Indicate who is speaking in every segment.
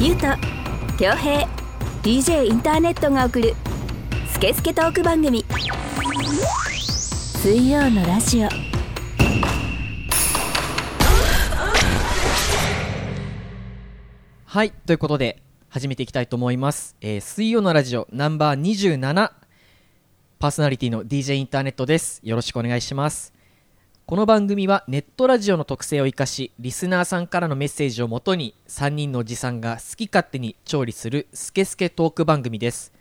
Speaker 1: ゆうと恭平 DJ インターネットが送る「スケスケトーク番組」水曜のラジオ
Speaker 2: はい、ということで始めていきたいと思います。えー水曜のラジオナンバー27パーソナリティの DJ インターネットです。よろしくお願いします。この番組はネットラジオの特性を生かし、リスナーさんからのメッセージをもとに3人のおじさんが好き勝手に調理するスケスケトーク番組です。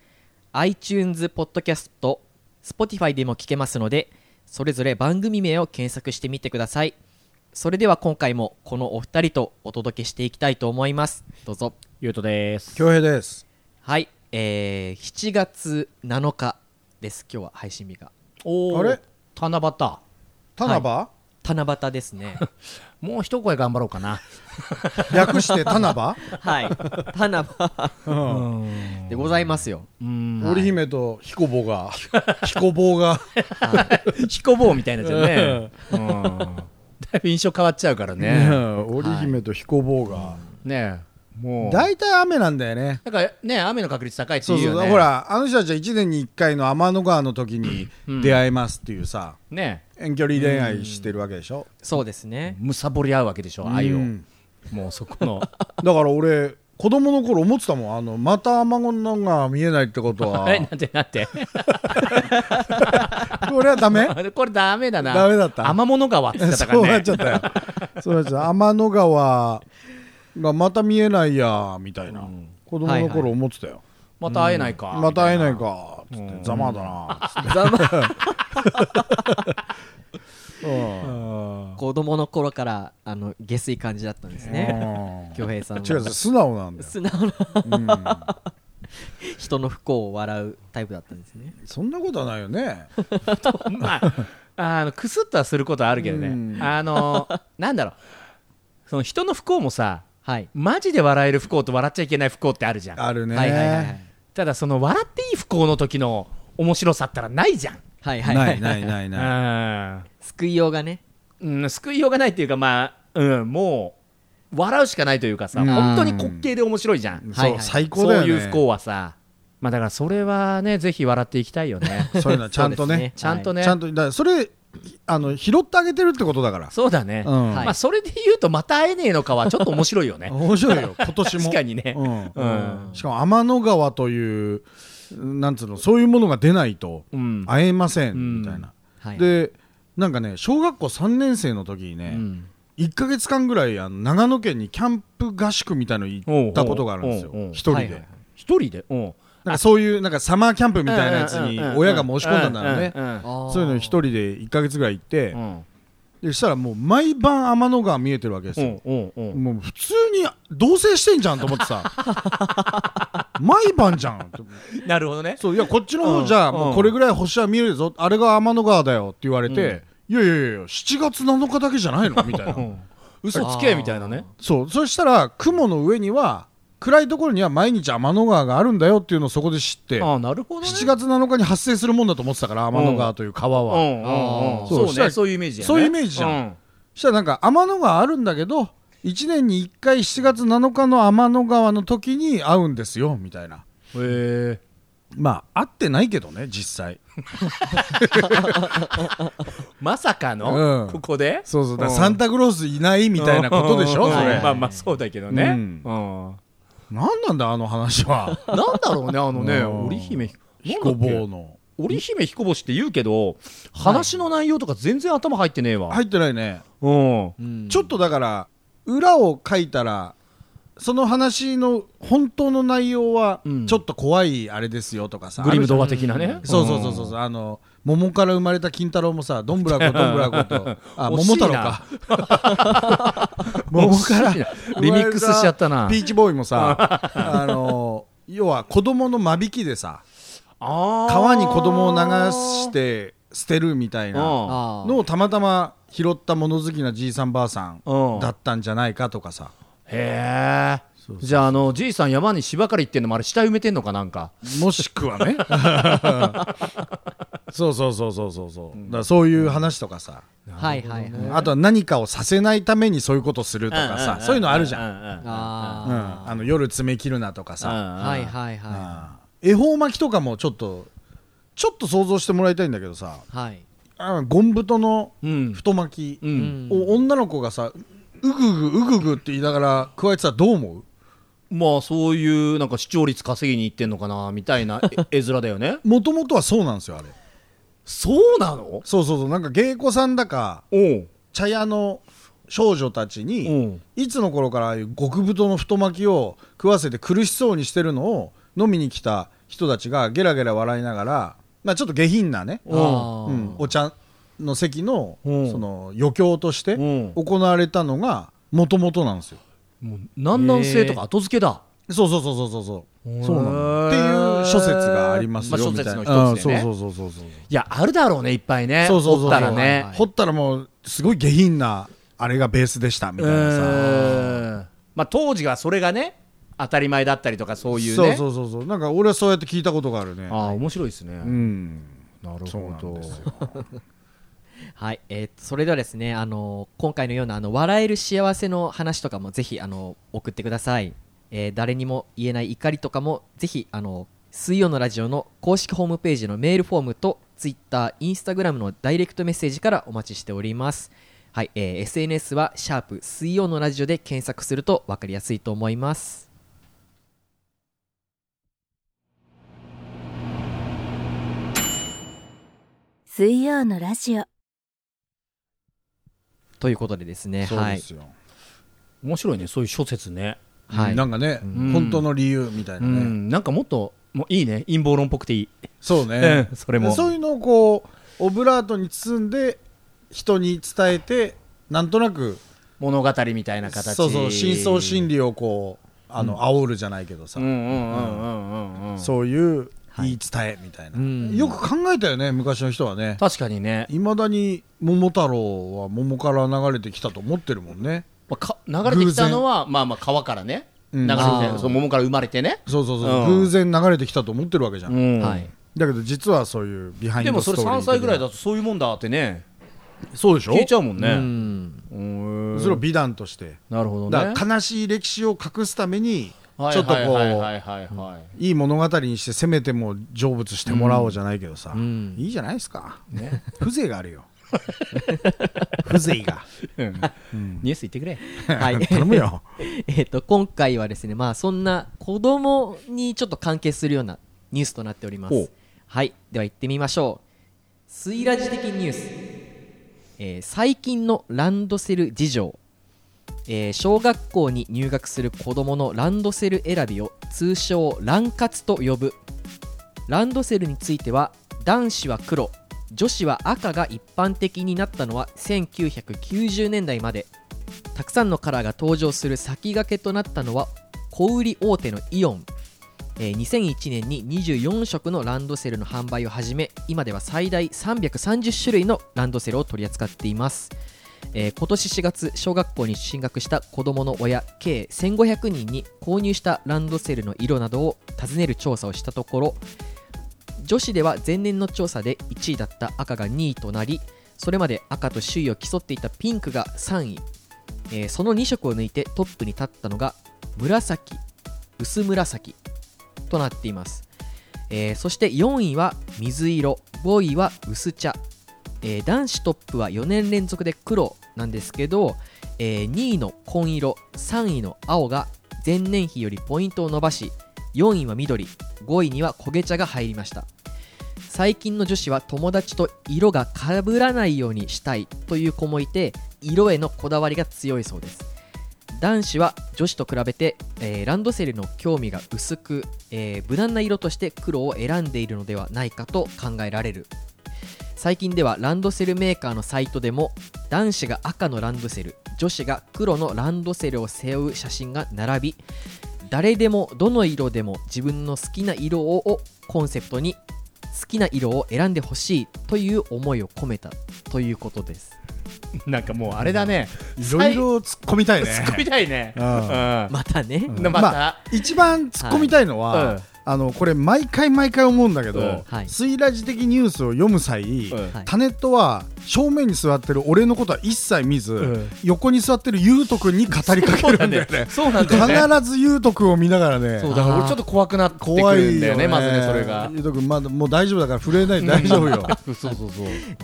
Speaker 2: iTunes ポッドキャスト、Spotify でも聞けますので、それぞれ番組名を検索してみてください。それでは今回もこのお二人とお届けしていきたいと思います。どうぞ。
Speaker 3: ゆうとです。
Speaker 4: 恭平です
Speaker 2: はい、えー、7月7日です、今日は配信日が。
Speaker 3: おー
Speaker 4: あれ
Speaker 3: 七夕。
Speaker 4: 七夕、
Speaker 2: 七夕です ね。
Speaker 3: もう一声頑張ろうかな。
Speaker 4: 略して七夕、
Speaker 2: はい、七
Speaker 4: うん、
Speaker 2: 夕でございますよ。
Speaker 3: うん。
Speaker 4: 織姫と彦坊が彦坊が
Speaker 3: ひこぼうみたいなじゃね。うん。だいぶ印象変わっちゃうからね。
Speaker 4: ね織姫と彦坊が
Speaker 3: ねえ。もう。
Speaker 4: 大体、雨なんだよね
Speaker 3: なんかね、雨の確率高いって
Speaker 4: そう
Speaker 3: い
Speaker 4: そうう
Speaker 3: よね。
Speaker 4: ほ。らあの人たちは1年に1回の天の川の時に
Speaker 3: うん
Speaker 4: 出会えますっていうさ、
Speaker 3: ね
Speaker 4: 遠距離恋愛してるわけでしょ、
Speaker 2: そうですね。
Speaker 3: むさぼり合うわけでしょ、愛を
Speaker 4: う。ん
Speaker 3: もうそこ の。
Speaker 4: だから俺子供の頃思ってたもんあのまた雨子のが見えないってことは
Speaker 3: え、 なんてなんて。
Speaker 4: これはダメ
Speaker 3: これダメだな。
Speaker 4: ダメだった
Speaker 3: 雨物川って言ってたか
Speaker 4: そうな
Speaker 3: ら
Speaker 4: っちゃ
Speaker 3: ね。
Speaker 4: ったよ そうなっちゃった天の川がまた見えないやみたいな、子供の頃思ってたよ、
Speaker 3: また会えないか。
Speaker 4: また会えない
Speaker 3: みた
Speaker 4: かつっ
Speaker 3: う
Speaker 4: て
Speaker 3: ん
Speaker 4: ざまだなつって
Speaker 2: ざま
Speaker 4: うん
Speaker 2: 子供の頃からあの下水感じだったんですね。
Speaker 4: ね
Speaker 2: 恭平さんは
Speaker 4: 違う素直なんだよ
Speaker 2: 素直な
Speaker 4: うん
Speaker 2: 人の不幸を笑うタイプだったんですね。
Speaker 4: そんなことはないよね
Speaker 3: まあ、あのくすっとはすることはあるけど
Speaker 4: う
Speaker 3: ね、
Speaker 4: ん
Speaker 3: あのなんだろう、その人の不幸もさ、
Speaker 2: はい。
Speaker 3: マジで笑える不幸と笑っちゃいけない不幸ってあるじゃん。
Speaker 4: あるね
Speaker 2: はいはいはいはい。
Speaker 3: ただ、その笑っていい不幸の時の面白さったらないじゃん。
Speaker 2: はいはい
Speaker 4: ない
Speaker 2: はい。
Speaker 4: ないないない
Speaker 3: な
Speaker 2: 救いようがね。
Speaker 3: うん、救いようがないっていうか、まあ、うん、もう笑うしかないというかさ、
Speaker 4: うん
Speaker 3: 本当に滑稽で面白いじゃん。
Speaker 4: そう
Speaker 2: はいはい
Speaker 4: 最高
Speaker 3: そ
Speaker 4: だ
Speaker 3: う
Speaker 4: よね。
Speaker 3: いう不幸はさ、まあ、だからそれはね、ぜひ笑っていきたいよね
Speaker 4: そういうのはちゃんとね
Speaker 2: そうです
Speaker 3: ちゃんと
Speaker 2: はい
Speaker 3: ね、
Speaker 4: ちゃんとだからそれあの拾ってあげてるってことだから
Speaker 3: そうだね。
Speaker 4: うん
Speaker 2: はい
Speaker 3: まあ、それで言うと、また会えねえのかはちょっと面白いよ ね。
Speaker 4: 面白 いよ今年も
Speaker 3: 確かにね。
Speaker 4: う
Speaker 3: うん
Speaker 4: んしかも天の川というなんつうのそういうものが出ないと
Speaker 3: うん
Speaker 4: 会えませ
Speaker 3: うん
Speaker 4: んみたいな
Speaker 2: はい。
Speaker 4: でなんかね小学校3年生の時にね、
Speaker 3: うん
Speaker 4: 1か月間ぐらいあの長野県にキャンプ合宿みたいの行ったことがあるんですよ
Speaker 3: おうおうおうおう
Speaker 4: 一人で、
Speaker 2: はいはいはい
Speaker 3: 一人でうん
Speaker 4: なんかそういうなんかサマーキャンプみたいなやつに親が申し込んだんだろうね
Speaker 3: うんうん
Speaker 2: あー
Speaker 4: そういうの一人で1か月ぐらい行って
Speaker 3: うんうん
Speaker 4: でしたらもう毎晩天の川見えてるわけですよ
Speaker 3: うんうんうん
Speaker 4: もう普通に同棲してんじゃんと思って さ毎晩じゃんと
Speaker 3: なるほどね
Speaker 4: そういやこっちの方じゃ
Speaker 3: うん
Speaker 4: もうこれぐらい星は見えるぞあれが天の川だよって言われて、いやいやいや7月7日だけじゃないのみたいな
Speaker 3: 嘘つけみたいなね
Speaker 4: そうそしたら雲の上には暗いところには毎日天の川があるんだよっていうのをそこで知って7
Speaker 3: ああなるほどね
Speaker 4: 月7日に発生するもんだと思ってたから天の川という川
Speaker 3: うん
Speaker 4: は、
Speaker 3: うんう
Speaker 2: あー
Speaker 3: ん
Speaker 4: そ
Speaker 3: そ
Speaker 4: う
Speaker 3: う
Speaker 4: した
Speaker 3: ね
Speaker 4: ら
Speaker 3: そういうイメージだよね
Speaker 4: そういうイメージじゃん
Speaker 3: うん
Speaker 4: そしたらなんか天の川あるんだけど1年に1回7月7日の天の川の時に会うんですよみたいな
Speaker 3: へえ
Speaker 4: まあ会ってないけどね実際
Speaker 3: まさか
Speaker 4: う
Speaker 3: の
Speaker 4: ん
Speaker 3: ここで
Speaker 4: そうそうだからサンタクロースいないみたいなことでし
Speaker 3: う
Speaker 4: ょ
Speaker 3: ん
Speaker 4: そ
Speaker 3: うん
Speaker 4: れ
Speaker 3: まあまあそうだけどねう
Speaker 4: うん
Speaker 3: ん
Speaker 4: 何なんだあの話 は
Speaker 3: なんだろうねあのね
Speaker 4: うん
Speaker 3: 織姫
Speaker 4: 彦
Speaker 3: なんだっ
Speaker 4: 坊
Speaker 3: け
Speaker 4: の
Speaker 3: 織姫彦星って言うけど話の内容とか全然頭入ってねえわ
Speaker 4: 入ってないね
Speaker 3: うん
Speaker 2: うん
Speaker 4: ちょっとだから裏を書いたらその話の本当の内容は
Speaker 3: うん
Speaker 4: ちょっと怖いあれですよとかさ、
Speaker 3: グリム童
Speaker 4: あ
Speaker 3: 話
Speaker 4: る
Speaker 3: 的なね
Speaker 4: じゃんそうそうそうそうあの桃から生まれた金太郎もさどんぶらこどんぶ らこと
Speaker 3: 惜
Speaker 4: あ桃
Speaker 3: しい
Speaker 4: 太郎
Speaker 3: な
Speaker 4: か 桃か
Speaker 3: 惜
Speaker 4: ら
Speaker 3: しいなリミックスしちゃったな
Speaker 4: ピーチボーイもさあの要は子供の間引きでさ川
Speaker 3: 川
Speaker 4: に子供を流して捨てるみたいな
Speaker 2: あー
Speaker 4: のをたまたま拾った物好きなじいさんばあさん
Speaker 3: うん
Speaker 4: だったんじゃないかとかさ
Speaker 3: へえじゃああのじいさん山に芝刈り行ってんのもあれ下埋めてんのかなんか
Speaker 4: もしくは ねそうそうそうそうそうそう、だからそういう話とかさ、
Speaker 2: はいはいはい
Speaker 4: あとは何かをさせないためにそういうことするとかさ、そういうのあるじゃん、うん
Speaker 3: ん
Speaker 2: あ
Speaker 4: あの夜爪切るなとかさ、
Speaker 2: あはいはい
Speaker 4: うん
Speaker 2: は
Speaker 4: 恵方巻きとかもちょっとちょっと想像してもらいたいんだけどさ
Speaker 2: いはい
Speaker 4: あゴン太の
Speaker 3: いうん
Speaker 4: 太巻き
Speaker 3: う
Speaker 2: うんん
Speaker 4: を女の子がさうぐぐうぐぐって言いながら加えてたらどう思う
Speaker 3: まあそういうなんか視聴率稼ぎに行ってんのかなみたい なえ絵面だよね
Speaker 4: もともとはそうなんですよあれ
Speaker 3: そうなの
Speaker 4: そうそうそうなんか芸妓さんだか
Speaker 3: おう
Speaker 4: 茶屋の少女たちに、
Speaker 3: うん
Speaker 4: いつの頃からああいう極太の太巻きを食わせて苦しそうにしてるのを飲みに来た人たちがゲラゲラ笑いながら、まあ、ちょっと下品なね、
Speaker 2: あー
Speaker 4: うんお茶の席の,、
Speaker 3: うん
Speaker 4: その余興として
Speaker 3: うん
Speaker 4: 行われたのがもともとなんですよ。
Speaker 3: もう南南西とか後付けだ
Speaker 4: そうそうそうそうそうそうそうなのっ
Speaker 3: へ
Speaker 4: て
Speaker 3: ー
Speaker 4: いう諸説がありますよ
Speaker 3: まあ諸
Speaker 4: みたいな
Speaker 3: 説の一つでね
Speaker 4: うんそうそうそうそうそう
Speaker 3: いやあるだろうねいっぱいね
Speaker 4: そうそうそ
Speaker 3: 掘っ
Speaker 4: う
Speaker 3: たらね
Speaker 2: はい
Speaker 4: 掘ったらもうすごい下品なあれがベースでしたみたいなさ
Speaker 3: うんまあ当時はそれがね当たり前だったりとかそういうね
Speaker 4: そうそうそうそうなんか俺はそうやって聞いたことがあるね
Speaker 3: ああ面白いですね、
Speaker 4: うん
Speaker 3: なる
Speaker 4: そう
Speaker 3: ほ
Speaker 4: なん
Speaker 3: ど
Speaker 4: ですよ
Speaker 2: はい、えーそれではですね、あの今回のようなあの笑える幸せの話とかもぜひあの送ってください、えー誰にも言えない怒りとかもぜひあの水曜のラジオの公式ホームページのメールフォームと Twitter、Instagram のダイレクトメッセージからお待ちしております。はい、えー SNS はシャープ水曜のラジオで検索するとわかりやすいと思います。
Speaker 1: 水曜のラジオ
Speaker 2: ということでですね、
Speaker 4: そう
Speaker 2: は
Speaker 4: で
Speaker 2: い、
Speaker 4: すよ、
Speaker 3: 面白いねそういう諸説ね
Speaker 2: はい、
Speaker 4: なんかね、
Speaker 3: ん
Speaker 4: 本当の理由みたいうなね、
Speaker 3: んなんかもっともういいね陰謀論っぽくていい、
Speaker 4: そうね、
Speaker 3: うんそれも
Speaker 4: そういうのをこうオブラートに包んで人に伝えてなんとなく
Speaker 3: 物語みたいな形
Speaker 4: そうそう深層心理をこうあの、煽るじゃないけどさ、
Speaker 3: うんうんうんうんうんうん
Speaker 4: そういう
Speaker 2: はい
Speaker 4: 言い伝えみたいな、
Speaker 2: うん
Speaker 4: よく考えたよね昔の人はね
Speaker 3: 確かにね、
Speaker 4: いまだに桃太郎は桃から流れてきたと思ってるもんね
Speaker 3: まあ、か流れてきたのはまあまあ川からね
Speaker 4: うん
Speaker 3: 流れて
Speaker 2: あー
Speaker 3: そう桃から生まれてね、
Speaker 4: そうそうそう、
Speaker 3: うん
Speaker 4: 偶然流れてきたと思ってるわけじゃん、
Speaker 3: うん
Speaker 2: はい、
Speaker 4: だけど実はそういうビハイン
Speaker 3: でも
Speaker 4: ド
Speaker 3: そ
Speaker 4: ストー
Speaker 3: れ
Speaker 4: リー
Speaker 3: 3歳ぐらいだ
Speaker 4: と
Speaker 3: とそういうもんだってね
Speaker 4: そうでしょ
Speaker 3: 消えちゃうもん
Speaker 2: う
Speaker 3: ね、
Speaker 2: ん
Speaker 3: うん
Speaker 4: それを美談として
Speaker 3: なるほど
Speaker 4: だ
Speaker 3: ね
Speaker 4: から悲しい歴史を隠すために
Speaker 3: はい
Speaker 4: ちょっとこ
Speaker 3: はいは
Speaker 4: う
Speaker 3: いはいはい
Speaker 4: いい物語にしてせめても成仏してもらおうじゃないけどさ、
Speaker 2: うん
Speaker 4: いいじゃないですか、風情があ るよ風情が、
Speaker 3: はいニュース言ってくれ
Speaker 2: はい
Speaker 4: 頼むよ
Speaker 2: えっと今回はですね、まあ、そんな子供にちょっと関係するようなニュースとなっておりま
Speaker 3: ほ
Speaker 2: す
Speaker 3: う
Speaker 2: はいでは行ってみましょう「イラジ的ニュース」えー最近のランドセル事情、えー小学校に入学する子供のランドセル選びを通称ラン活と呼ぶランドセルについては男子は黒女子は赤が一般的になったのは1990年代までたくさんのカラーが登場する先駆けとなったのは小売り大手のイオン、えー2001年に24色のランドセルの販売を始め今では最大330種類のランドセルを取り扱っています、えー今年4月小学校に進学した子どもの親計1500人に購入したランドセルの色などを尋ねる調査をしたところ女子では前年の調査で1位だった赤が2位となりそれまで赤と首位を競っていたピンクが3位えーその2色を抜いてトップに立ったのが紫薄紫となっています、えーそして4位は水色5位は薄茶、えー男子トップは4年連続で黒なんですけど、え2位の紺色3位の青が前年比よりポイントを伸ばし4位は緑5位には焦げ茶が入りました最近の女子は友達と色が被らないようにしたいという子もいて色へのこだわりが強いそうです男子は女子と比べて、えーランドセルの興味が薄く、えー無難な色として黒を選んでいるのではないかと考えられる最近ではランドセルメーカーのサイトでも男子が赤のランドセル女子が黒のランドセルを背負う写真が並び誰でもどの色でも自分の好きな色ををコンセプトに好きな色を選んでほしいという思いを込めたということです
Speaker 3: なんかもうあれだね
Speaker 4: いろいろ突っ込みたいね
Speaker 3: 突っ込みたいね
Speaker 4: う
Speaker 3: うんん
Speaker 2: またね、
Speaker 4: うん
Speaker 3: でまた
Speaker 4: 一番突っ込みたいのは、
Speaker 3: はいうん
Speaker 4: あのこれ毎回毎回思うんだけど、
Speaker 3: うん
Speaker 2: はい
Speaker 4: スイラジ的ニュースを読む際、
Speaker 3: うん
Speaker 2: はい
Speaker 4: タネットは正面に座ってる俺のことは一切見ず、
Speaker 3: ん
Speaker 4: 横に座ってるゆうとくんに語りかけるんだ よね
Speaker 3: そうなんだよね
Speaker 4: 必ずゆうとくんを見ながらね
Speaker 3: そうだから俺ちょっと怖くなってく
Speaker 4: 怖
Speaker 3: る
Speaker 4: い
Speaker 3: んだ
Speaker 4: よ
Speaker 3: よね
Speaker 4: ね
Speaker 3: まずねそれが
Speaker 4: ゆうとくんまだもう大丈夫だから震えないで大丈夫よ
Speaker 3: そうそうそう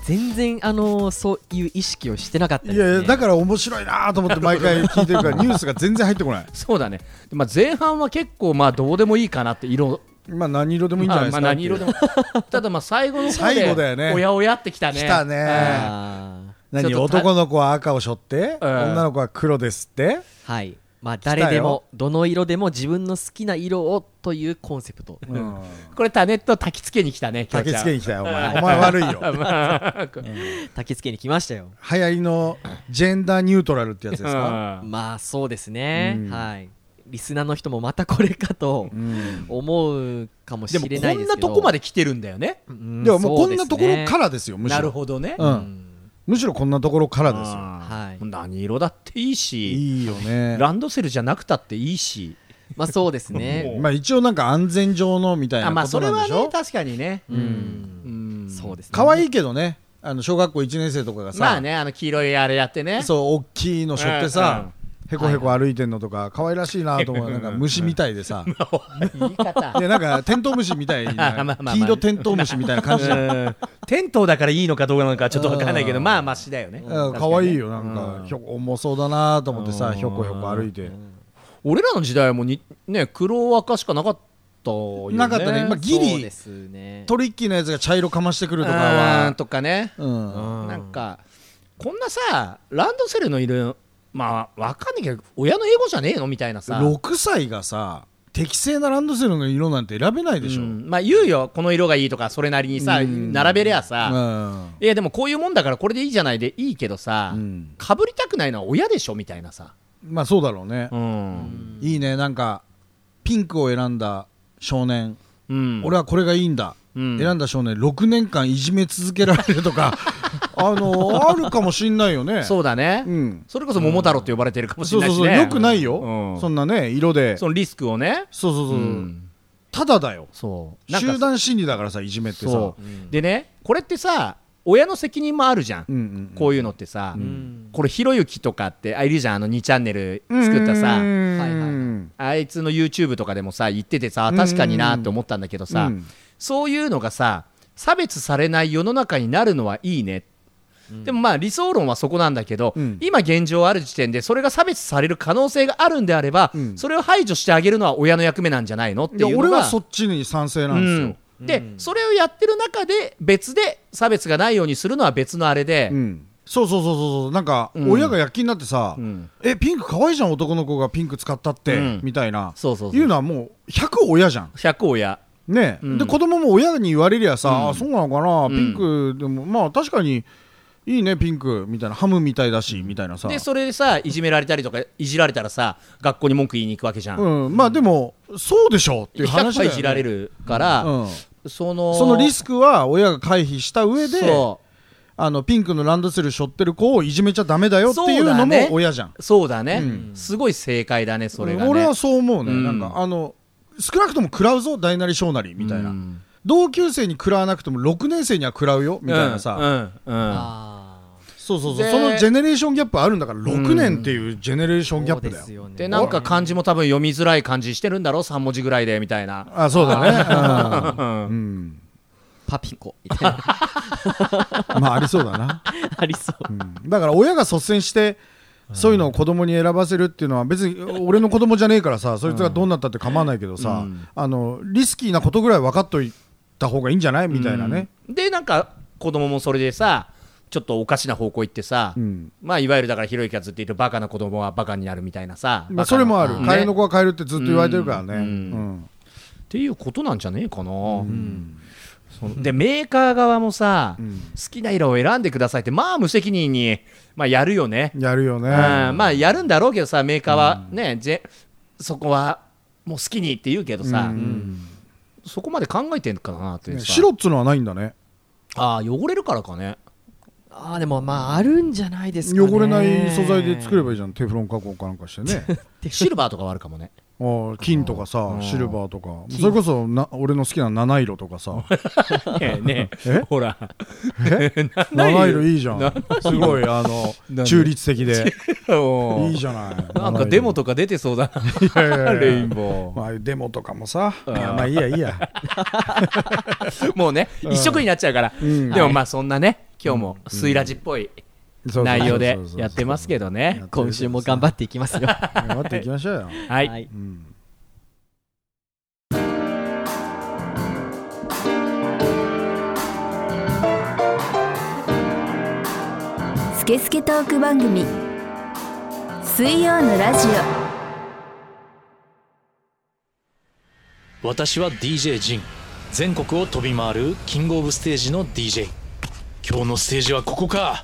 Speaker 2: 全然あのーそういう意識をしてなかったで
Speaker 4: い
Speaker 2: す、ね、
Speaker 4: やいやだから面白いなと思って毎回聞いてるからニュースが全然入ってこない
Speaker 3: そうだね、でまあ、前半は結構まあどうでもいいかなって色
Speaker 4: まあ何色でもいいんじゃない
Speaker 3: まあ
Speaker 4: で
Speaker 3: ま
Speaker 4: すか
Speaker 3: あ何色 でもただまあ最後の方
Speaker 4: 最後だ
Speaker 3: で
Speaker 4: よね
Speaker 3: おやおやってきたね
Speaker 4: 来たね
Speaker 2: あ
Speaker 4: 何
Speaker 3: ちょっとた
Speaker 4: 男の子は赤を背負って、
Speaker 3: うん
Speaker 4: 女の子は黒ですって
Speaker 2: ーはいまあ誰でもどの色でも自分の好きな色をというコンセプト、
Speaker 3: これタネット焚き付けに来たね
Speaker 4: 焚きつけに
Speaker 3: き
Speaker 4: 来たよお前お前悪い
Speaker 3: た
Speaker 4: よ
Speaker 2: 焚き付けに来ましたよ
Speaker 4: 流行りのジェンダーニュートラルってやつですか、
Speaker 2: まあそうですね、
Speaker 4: うん
Speaker 2: はいリスナーの人もまたこれかと
Speaker 4: うん
Speaker 2: 思うかもし
Speaker 3: で
Speaker 2: れ
Speaker 3: もこ
Speaker 2: ないで
Speaker 3: ん
Speaker 2: す
Speaker 3: な
Speaker 2: けど
Speaker 3: とこまで来てるんだよね
Speaker 2: うん
Speaker 4: でももうこ
Speaker 2: そ
Speaker 4: ん
Speaker 2: で
Speaker 4: な
Speaker 2: すね
Speaker 4: ところからですよむしろ
Speaker 3: なるほどね
Speaker 4: う、
Speaker 2: うんん
Speaker 4: むしろこんなところからですよ
Speaker 2: はい
Speaker 3: 何色だっていいし
Speaker 4: いいよね
Speaker 3: ランドセルじゃなくたっていいし
Speaker 2: まあそうです ね
Speaker 4: まあ一応なんか安全上のみたい
Speaker 3: あま
Speaker 4: な
Speaker 3: あ
Speaker 4: こ
Speaker 3: そ
Speaker 4: と
Speaker 3: れ
Speaker 4: な
Speaker 3: は
Speaker 4: んでし
Speaker 3: ね
Speaker 4: ょ
Speaker 3: 確かにね
Speaker 2: う
Speaker 3: うんん
Speaker 2: そうですね
Speaker 4: 可愛いけどねあの小学校1年生とかがさ、
Speaker 3: まあねあの黄色いあれやってね
Speaker 4: そう大きいの背負ってさ、へこへこ歩いてんのとか可愛らしいなと思うなんか虫みたいで さ
Speaker 3: 言い方
Speaker 4: でなんかテントウムシみたい
Speaker 3: まあま
Speaker 4: な
Speaker 3: あまあ
Speaker 4: 黄色テントウムシみたいな感じじゃん
Speaker 3: うんテントだからいいのかどうなのかちょっとわからないけど
Speaker 4: うん
Speaker 3: まあマシだよね
Speaker 4: うん
Speaker 3: 確かに
Speaker 4: 可
Speaker 3: ね
Speaker 4: 愛いよなんか、ひょ重そうだなと思って
Speaker 3: う
Speaker 4: さ
Speaker 3: ん
Speaker 4: ひょこひょこ歩いて
Speaker 3: 俺らの時代はもうにね黒赤しかなかったよね
Speaker 4: なかったねまあギリ
Speaker 2: そうですね
Speaker 4: トリッキーなやつが茶色かましてく
Speaker 3: う
Speaker 4: る
Speaker 3: ん
Speaker 4: とかは
Speaker 3: とかね
Speaker 4: うん
Speaker 2: う
Speaker 3: なんかこんなさランドセルの色まあわかんないけど親の英語じゃねえのみたいなさ
Speaker 4: 6歳がさ適正なランドセルの色なんて選べないでしょ、
Speaker 3: う
Speaker 4: うん
Speaker 3: んまあ言うよこの色がいいとかそれなりにさ
Speaker 4: うん
Speaker 3: 並べりゃさ
Speaker 4: う
Speaker 3: いやでもこういうもんだからこれでいいじゃないでいいけどさ
Speaker 4: ん、
Speaker 3: かぶりたくないのは親でしょみたいなさ
Speaker 4: まあそうだろうね、
Speaker 3: うん
Speaker 4: いいねなんかピンクを選んだ少年、
Speaker 3: うん
Speaker 4: 俺はこれがいいんだ、
Speaker 3: うん
Speaker 4: 選んだ少年6年間いじめ続けられると かあのあるかもしんないよね
Speaker 3: そうだね
Speaker 4: うん、
Speaker 3: それこそ桃太郎って呼ばれてるかもし
Speaker 4: そ
Speaker 3: れ
Speaker 4: う
Speaker 3: ないうし
Speaker 4: そそう、
Speaker 3: ね
Speaker 4: よくないよ、
Speaker 3: うん
Speaker 4: そんなね色で
Speaker 3: そのリスクをね
Speaker 4: そうそうそう、
Speaker 3: うん
Speaker 4: ただだよ
Speaker 3: そうなんか
Speaker 4: 集団心理だからさいじめってさ
Speaker 3: そう、
Speaker 2: うん
Speaker 3: でねこれってさ親の責任もあるじゃん、
Speaker 4: んん
Speaker 3: こういうのってさ、
Speaker 2: うん
Speaker 3: これひろゆきとかってあいるじゃんあの2チャンネル作ったさ、
Speaker 4: うん
Speaker 2: はいはい
Speaker 3: あいつの YouTube とかでもさ言っててさ確かになって思ったんだけどさ、
Speaker 4: うん
Speaker 3: そういうのがさ差別されない世の中になるのはいいね、でもまあ理想論はそこなんだけど、
Speaker 4: うん
Speaker 3: 今現状ある時点でそれが差別される可能性があるんであれば、
Speaker 4: うん
Speaker 3: それを排除してあげるのは親の役目なんじゃないのって
Speaker 4: いや
Speaker 3: いうのが
Speaker 4: 俺はそっちに賛成なんですよ、
Speaker 3: うんで、それをやってる中で別で差別がないようにするのは別のあれで、
Speaker 4: うんそうそうそうそうそうなんか
Speaker 3: うん
Speaker 4: 親が躍起になってさ、
Speaker 3: うん
Speaker 4: えピンク可愛いじゃん男の子がピンク使ったって、
Speaker 3: うん
Speaker 4: みたいな
Speaker 3: そうそうそう
Speaker 4: いうのはもう100親じゃん
Speaker 3: 百親
Speaker 4: ね、
Speaker 3: うん
Speaker 4: で子供も親に言われりゃさ、
Speaker 3: うん
Speaker 4: あそうなのかな、
Speaker 3: ん
Speaker 4: ピンクでもまあ確かにいいねピンクみたいなハムみたいだしみたいなさ
Speaker 3: でそれでさいじめられたりとかいじられたらさ学校に文句言いに行くわけじゃん、
Speaker 4: うん、まあでもそうでしょうっていう
Speaker 3: 100
Speaker 4: 話だ
Speaker 3: 回
Speaker 4: よ、
Speaker 3: い
Speaker 4: ね、
Speaker 3: じられるから、
Speaker 4: うん、
Speaker 3: その
Speaker 4: そのリスクは親が回避した上で
Speaker 3: そ
Speaker 4: あのピンクのランドセル背負ってる子をいじめちゃダメだよっていうの
Speaker 3: そうだね
Speaker 4: も親じゃん、
Speaker 3: うそうだね、
Speaker 4: うん
Speaker 3: すごい正解だねそれがね
Speaker 4: 俺はそう思うね、
Speaker 3: うん
Speaker 4: なんかあの少なくとも食らうぞ大なり小なりみたいな、
Speaker 3: うん
Speaker 4: 同級生に食らわなくても6年生には食らうよみたいなさ、
Speaker 3: うんうんうん
Speaker 2: あ
Speaker 4: そうそうそう
Speaker 3: で
Speaker 4: そのジェネレーションギャップあるんだから6年っていうジェネレーショ
Speaker 2: ー
Speaker 4: ンギャップ
Speaker 2: そ
Speaker 4: だ
Speaker 2: うで
Speaker 4: よ
Speaker 2: すよね
Speaker 3: でなんか漢字も多分読みづらい漢字してるんだろ3文字ぐらいでみたいな
Speaker 4: あそうだね
Speaker 3: うん
Speaker 4: うん、
Speaker 2: パピコみたいな
Speaker 4: うんまあありそうだな
Speaker 2: ありそう
Speaker 4: うんだから親が率先してそういうのを子供に選ばせるっていうのは別に俺の子供じゃねえからさそいつがどうなったって構わないけどさ、
Speaker 3: うん
Speaker 4: あのリスキーなことぐらい分かっといた方がいいんじゃないみたいなね、
Speaker 3: うんでなんか子供もそれでさちょっとおかしな方向行ってさ、
Speaker 4: うん
Speaker 3: まあいわゆるだからひろゆきがずっと言ってるバカな子供はバカになるみたいなさ、バ
Speaker 4: まあ、
Speaker 3: カ
Speaker 4: そ
Speaker 3: な
Speaker 4: れもある
Speaker 3: ね
Speaker 4: カエルの子はカエルってずっと言われてるからね、
Speaker 3: う
Speaker 4: うんん
Speaker 3: っていうことなんじゃねえかな、そのでメーカー側もさ、
Speaker 4: ん
Speaker 3: 好きな色を選んでくださいってまあ無責任に、まあ、やるよね、
Speaker 4: やるよね、
Speaker 3: うんまあやるんだろうけどさメーカーはね、ぜそこはもう好きにって言うけどさ、
Speaker 4: うん
Speaker 3: そこまで考えてんのかなっていう
Speaker 4: ね
Speaker 3: さ
Speaker 4: 白っつうのはないんだね
Speaker 3: ああ汚れるからかね
Speaker 2: ああでもまああるんじゃないですかね
Speaker 4: 汚れない素材で作ればいいじゃんテフロン加工かなんかしてね
Speaker 3: シルバーとかはあるかもね
Speaker 4: あー金とかさ
Speaker 3: うん
Speaker 4: シルバーとかそれこそな俺の好きな七色とかさ
Speaker 3: ねえね
Speaker 4: え
Speaker 3: えほら
Speaker 4: 七色いいじゃんすごい
Speaker 3: な
Speaker 4: あ
Speaker 3: ん
Speaker 4: の
Speaker 3: で
Speaker 4: 中立的で いい
Speaker 3: い
Speaker 4: じゃない
Speaker 3: なんかデモ
Speaker 4: と
Speaker 3: とか出てそうだなレイン
Speaker 4: か
Speaker 3: ボー
Speaker 4: まあデモとかもさ
Speaker 3: あー
Speaker 4: まあいいやいいや
Speaker 3: もうね
Speaker 4: うん
Speaker 3: 一色になっちゃうから
Speaker 4: うん
Speaker 3: でもまあそんなね今日もスイラジっぽい 内容でやってますけ
Speaker 4: ど
Speaker 3: どね
Speaker 2: 今週も頑張っていきますよ。は
Speaker 4: 頑張っていきましょうよ
Speaker 3: はい
Speaker 2: い。
Speaker 4: うん
Speaker 1: スケスケトーク番組水曜のラジオ
Speaker 5: 私は DJ ジン全国を飛び回るキングオブステージの DJ 今日のステージはここか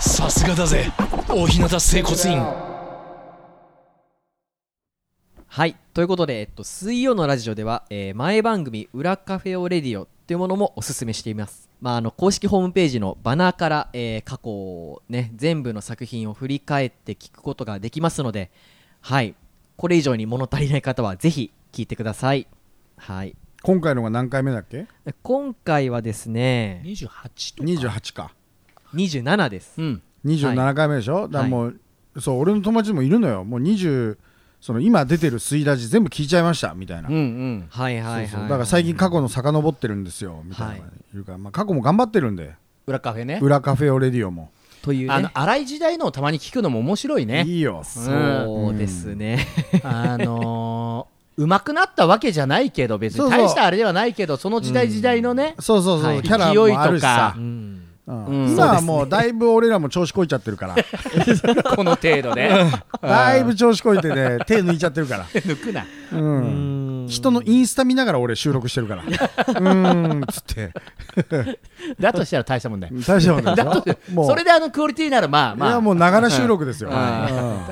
Speaker 5: さすがだぜ大日向整骨院
Speaker 2: はい。ということで、えっと、水曜のラジオでは、えー前番組、裏カフェオレディオというものもおすすめしています。まあ、あの、公式ホームページのバナーから、えー過去をね、全部の作品を振り返って聞くことができますので、はい。これ以上に物足りない方は、ぜひ聞いてください。はい。
Speaker 4: 今回のが何回目だっけ
Speaker 2: 今回はですね、
Speaker 5: 28と
Speaker 4: 28か
Speaker 2: 27です。
Speaker 3: うん
Speaker 4: 27回目でしょ、だからもう、そう俺の友達もいるのよもう20その今出てる水ラジ全部聞いちゃいましたみたいな、
Speaker 3: うんうん
Speaker 2: はいはいはい。
Speaker 4: そうそうだから最近過去の遡ってるんですよみたいなのがいるから、まあ、過去も頑張ってるんで
Speaker 3: 裏カフェね
Speaker 4: 裏カフェオレディオも、
Speaker 2: という
Speaker 3: あ
Speaker 2: ね
Speaker 3: の。荒い時代のをたまに聞くのも面白いね
Speaker 4: いいよ
Speaker 2: そうですね。
Speaker 3: あのー、うまくなったわけじゃないけど別
Speaker 4: そう
Speaker 3: に
Speaker 4: そう
Speaker 3: 大したあれではないけどその時代時代のね、
Speaker 4: そうそうそう、
Speaker 2: はい
Speaker 4: キャラもあるしさ
Speaker 3: 勢いとかう
Speaker 2: うん
Speaker 4: うん
Speaker 3: うん
Speaker 4: 今はもうだいぶ俺らも調子こいちゃってるから
Speaker 3: この程度ね
Speaker 4: だいぶ調子こいてね手抜いちゃってるから、
Speaker 3: 抜くな
Speaker 4: うん
Speaker 2: うん
Speaker 4: 人のインスタ見ながら俺収録してるからうーんっつって
Speaker 3: だとしたら大したもんだよ
Speaker 4: 大丈夫だよもう
Speaker 3: それであのクオリティならまあ
Speaker 4: い
Speaker 3: ま
Speaker 4: や
Speaker 3: あ
Speaker 4: もうながら収録ですよ。うん
Speaker 3: は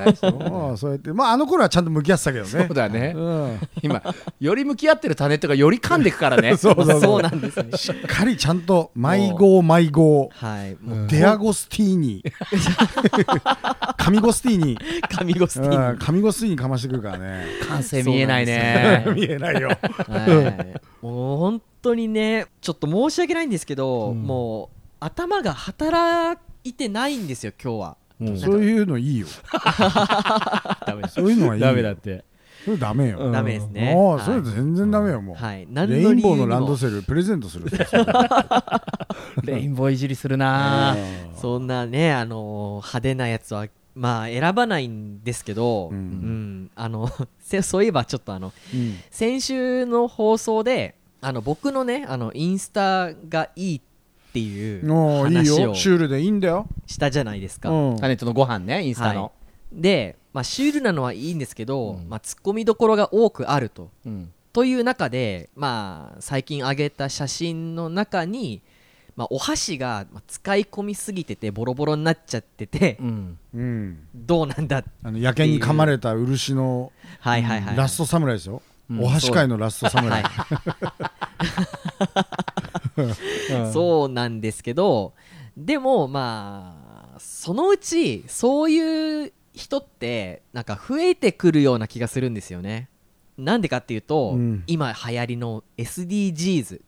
Speaker 4: うんそうやってまああの頃はちゃんと向き合ってたけどね。
Speaker 3: そうだね
Speaker 4: うん
Speaker 3: 今より向き合ってるタネットがより噛んでくからね
Speaker 4: そうそうそう
Speaker 2: そうなんですね。
Speaker 4: しっかりちゃんと迷子迷子
Speaker 2: はい。もう、
Speaker 4: デアゴスティーニ神ゴスティーニ
Speaker 2: 神ゴスティ
Speaker 4: う
Speaker 2: ー
Speaker 4: ん神ゴスティーニかましてくるからね。
Speaker 3: 完成見えないね
Speaker 4: 見えないよ。
Speaker 2: ニ。はい。もう本当にね、ちょっと申し訳ないんですけど、
Speaker 4: うん
Speaker 2: もう、頭が働いてないんですよ、今日は。
Speaker 3: うん
Speaker 4: そういうのいいよ。
Speaker 3: ダメだ
Speaker 4: そういうのはいいよ。
Speaker 3: ダメだって
Speaker 4: それダメよ。
Speaker 2: ダメですね。
Speaker 4: もう
Speaker 2: はい
Speaker 4: それ全然ダメよもう。
Speaker 2: はい。
Speaker 4: レインボーのランド
Speaker 2: セ
Speaker 4: セルプレゼントする。
Speaker 3: レインボーいじりするな
Speaker 2: ル。そんなね、あのー、派手なやつは、まあ、選ばないんですけど、
Speaker 4: う
Speaker 2: うんん。あの、 せそういえばちょっとあの、
Speaker 4: うん
Speaker 2: 先週の放送で、あの、僕のね、あの、インスタがいいっていう
Speaker 4: もういい
Speaker 2: 話
Speaker 4: よ。
Speaker 2: を
Speaker 4: シュールでいいんだよ。
Speaker 2: したじゃないですか。
Speaker 4: うん
Speaker 3: タネットのご飯ねインスタの、
Speaker 2: はいで、まあ、シュールなのはいいんですけど、
Speaker 3: うん
Speaker 2: まあ、ツッコミどころが多くあると。
Speaker 3: うん
Speaker 2: という中で、まあ、最近上げた写真の中に、まあ、お箸がまあ使い込みすぎててボロボロになっちゃってて、
Speaker 3: うん
Speaker 4: うん。
Speaker 2: どうなんだ
Speaker 4: あの野犬に噛まれた漆の
Speaker 2: はいはいはい、
Speaker 4: ラストサムライですよ、
Speaker 3: うん
Speaker 4: お箸界のラストサムライ、
Speaker 2: そうなんですけどでもまあそのうちそういう人ってなんか増えてくるような気がするんですよねなんでかっていうと、
Speaker 4: うん
Speaker 2: 今流行りの SDGs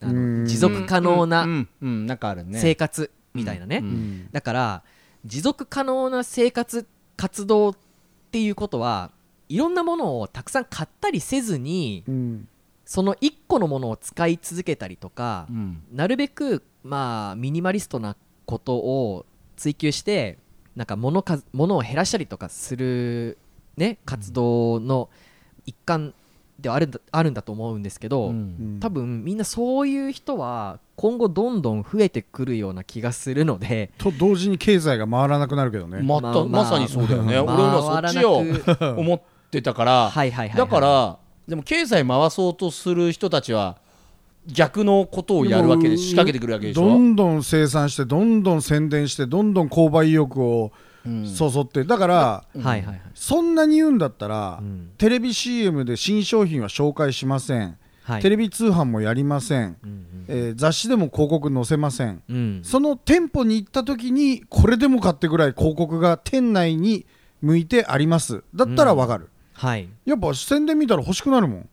Speaker 2: あの
Speaker 4: うん
Speaker 2: 持続可能
Speaker 3: う
Speaker 2: なん
Speaker 3: うんうんなんかあるね
Speaker 2: 生活みたいなね、
Speaker 3: うん
Speaker 4: うん
Speaker 2: だから持続可能な生活活動っていうことはいろんなものをたくさん買ったりせずに
Speaker 4: うん
Speaker 2: その1個のものを使い続けたりとか
Speaker 3: う、ん
Speaker 2: なるべくまあミニマリストなことを追求してなんか物か物を減らしたりとかする、ね、活動の一環ではあるんだあるんだと思うんですけど、
Speaker 3: うん
Speaker 2: 多分みんなそういう人は今後どんどん増えてくるような気がするので。
Speaker 4: と同時に経済が回らなくなるけどね、
Speaker 3: ま
Speaker 2: ま
Speaker 3: た
Speaker 2: あまあ
Speaker 3: まさにそうだよね
Speaker 2: 回
Speaker 3: 俺
Speaker 2: らなく
Speaker 3: はそっちを思ってたから
Speaker 2: はいはいはいはい
Speaker 3: だからでも経済回そうとする人たちは逆のことをやるわけで
Speaker 4: も
Speaker 3: 仕掛けてくるわけでし
Speaker 4: ど
Speaker 3: ょ
Speaker 4: んどん生産してどんどん宣伝してどんどん購買意欲をそそって、だから、
Speaker 2: はいはいはい
Speaker 4: そんなに言うんだったら、
Speaker 2: うん
Speaker 4: テレビ CM で新商品は紹介しません、
Speaker 2: はい
Speaker 4: テレビ通販もやりません、
Speaker 2: うん
Speaker 4: えー雑誌でも広告載せません、
Speaker 2: うんうん
Speaker 4: その店舗に行った時にこれでも買ってぐらい広告が店内に向いてありますだったらわかる、
Speaker 2: はい
Speaker 4: やっぱ宣伝見たら欲しくなるもん、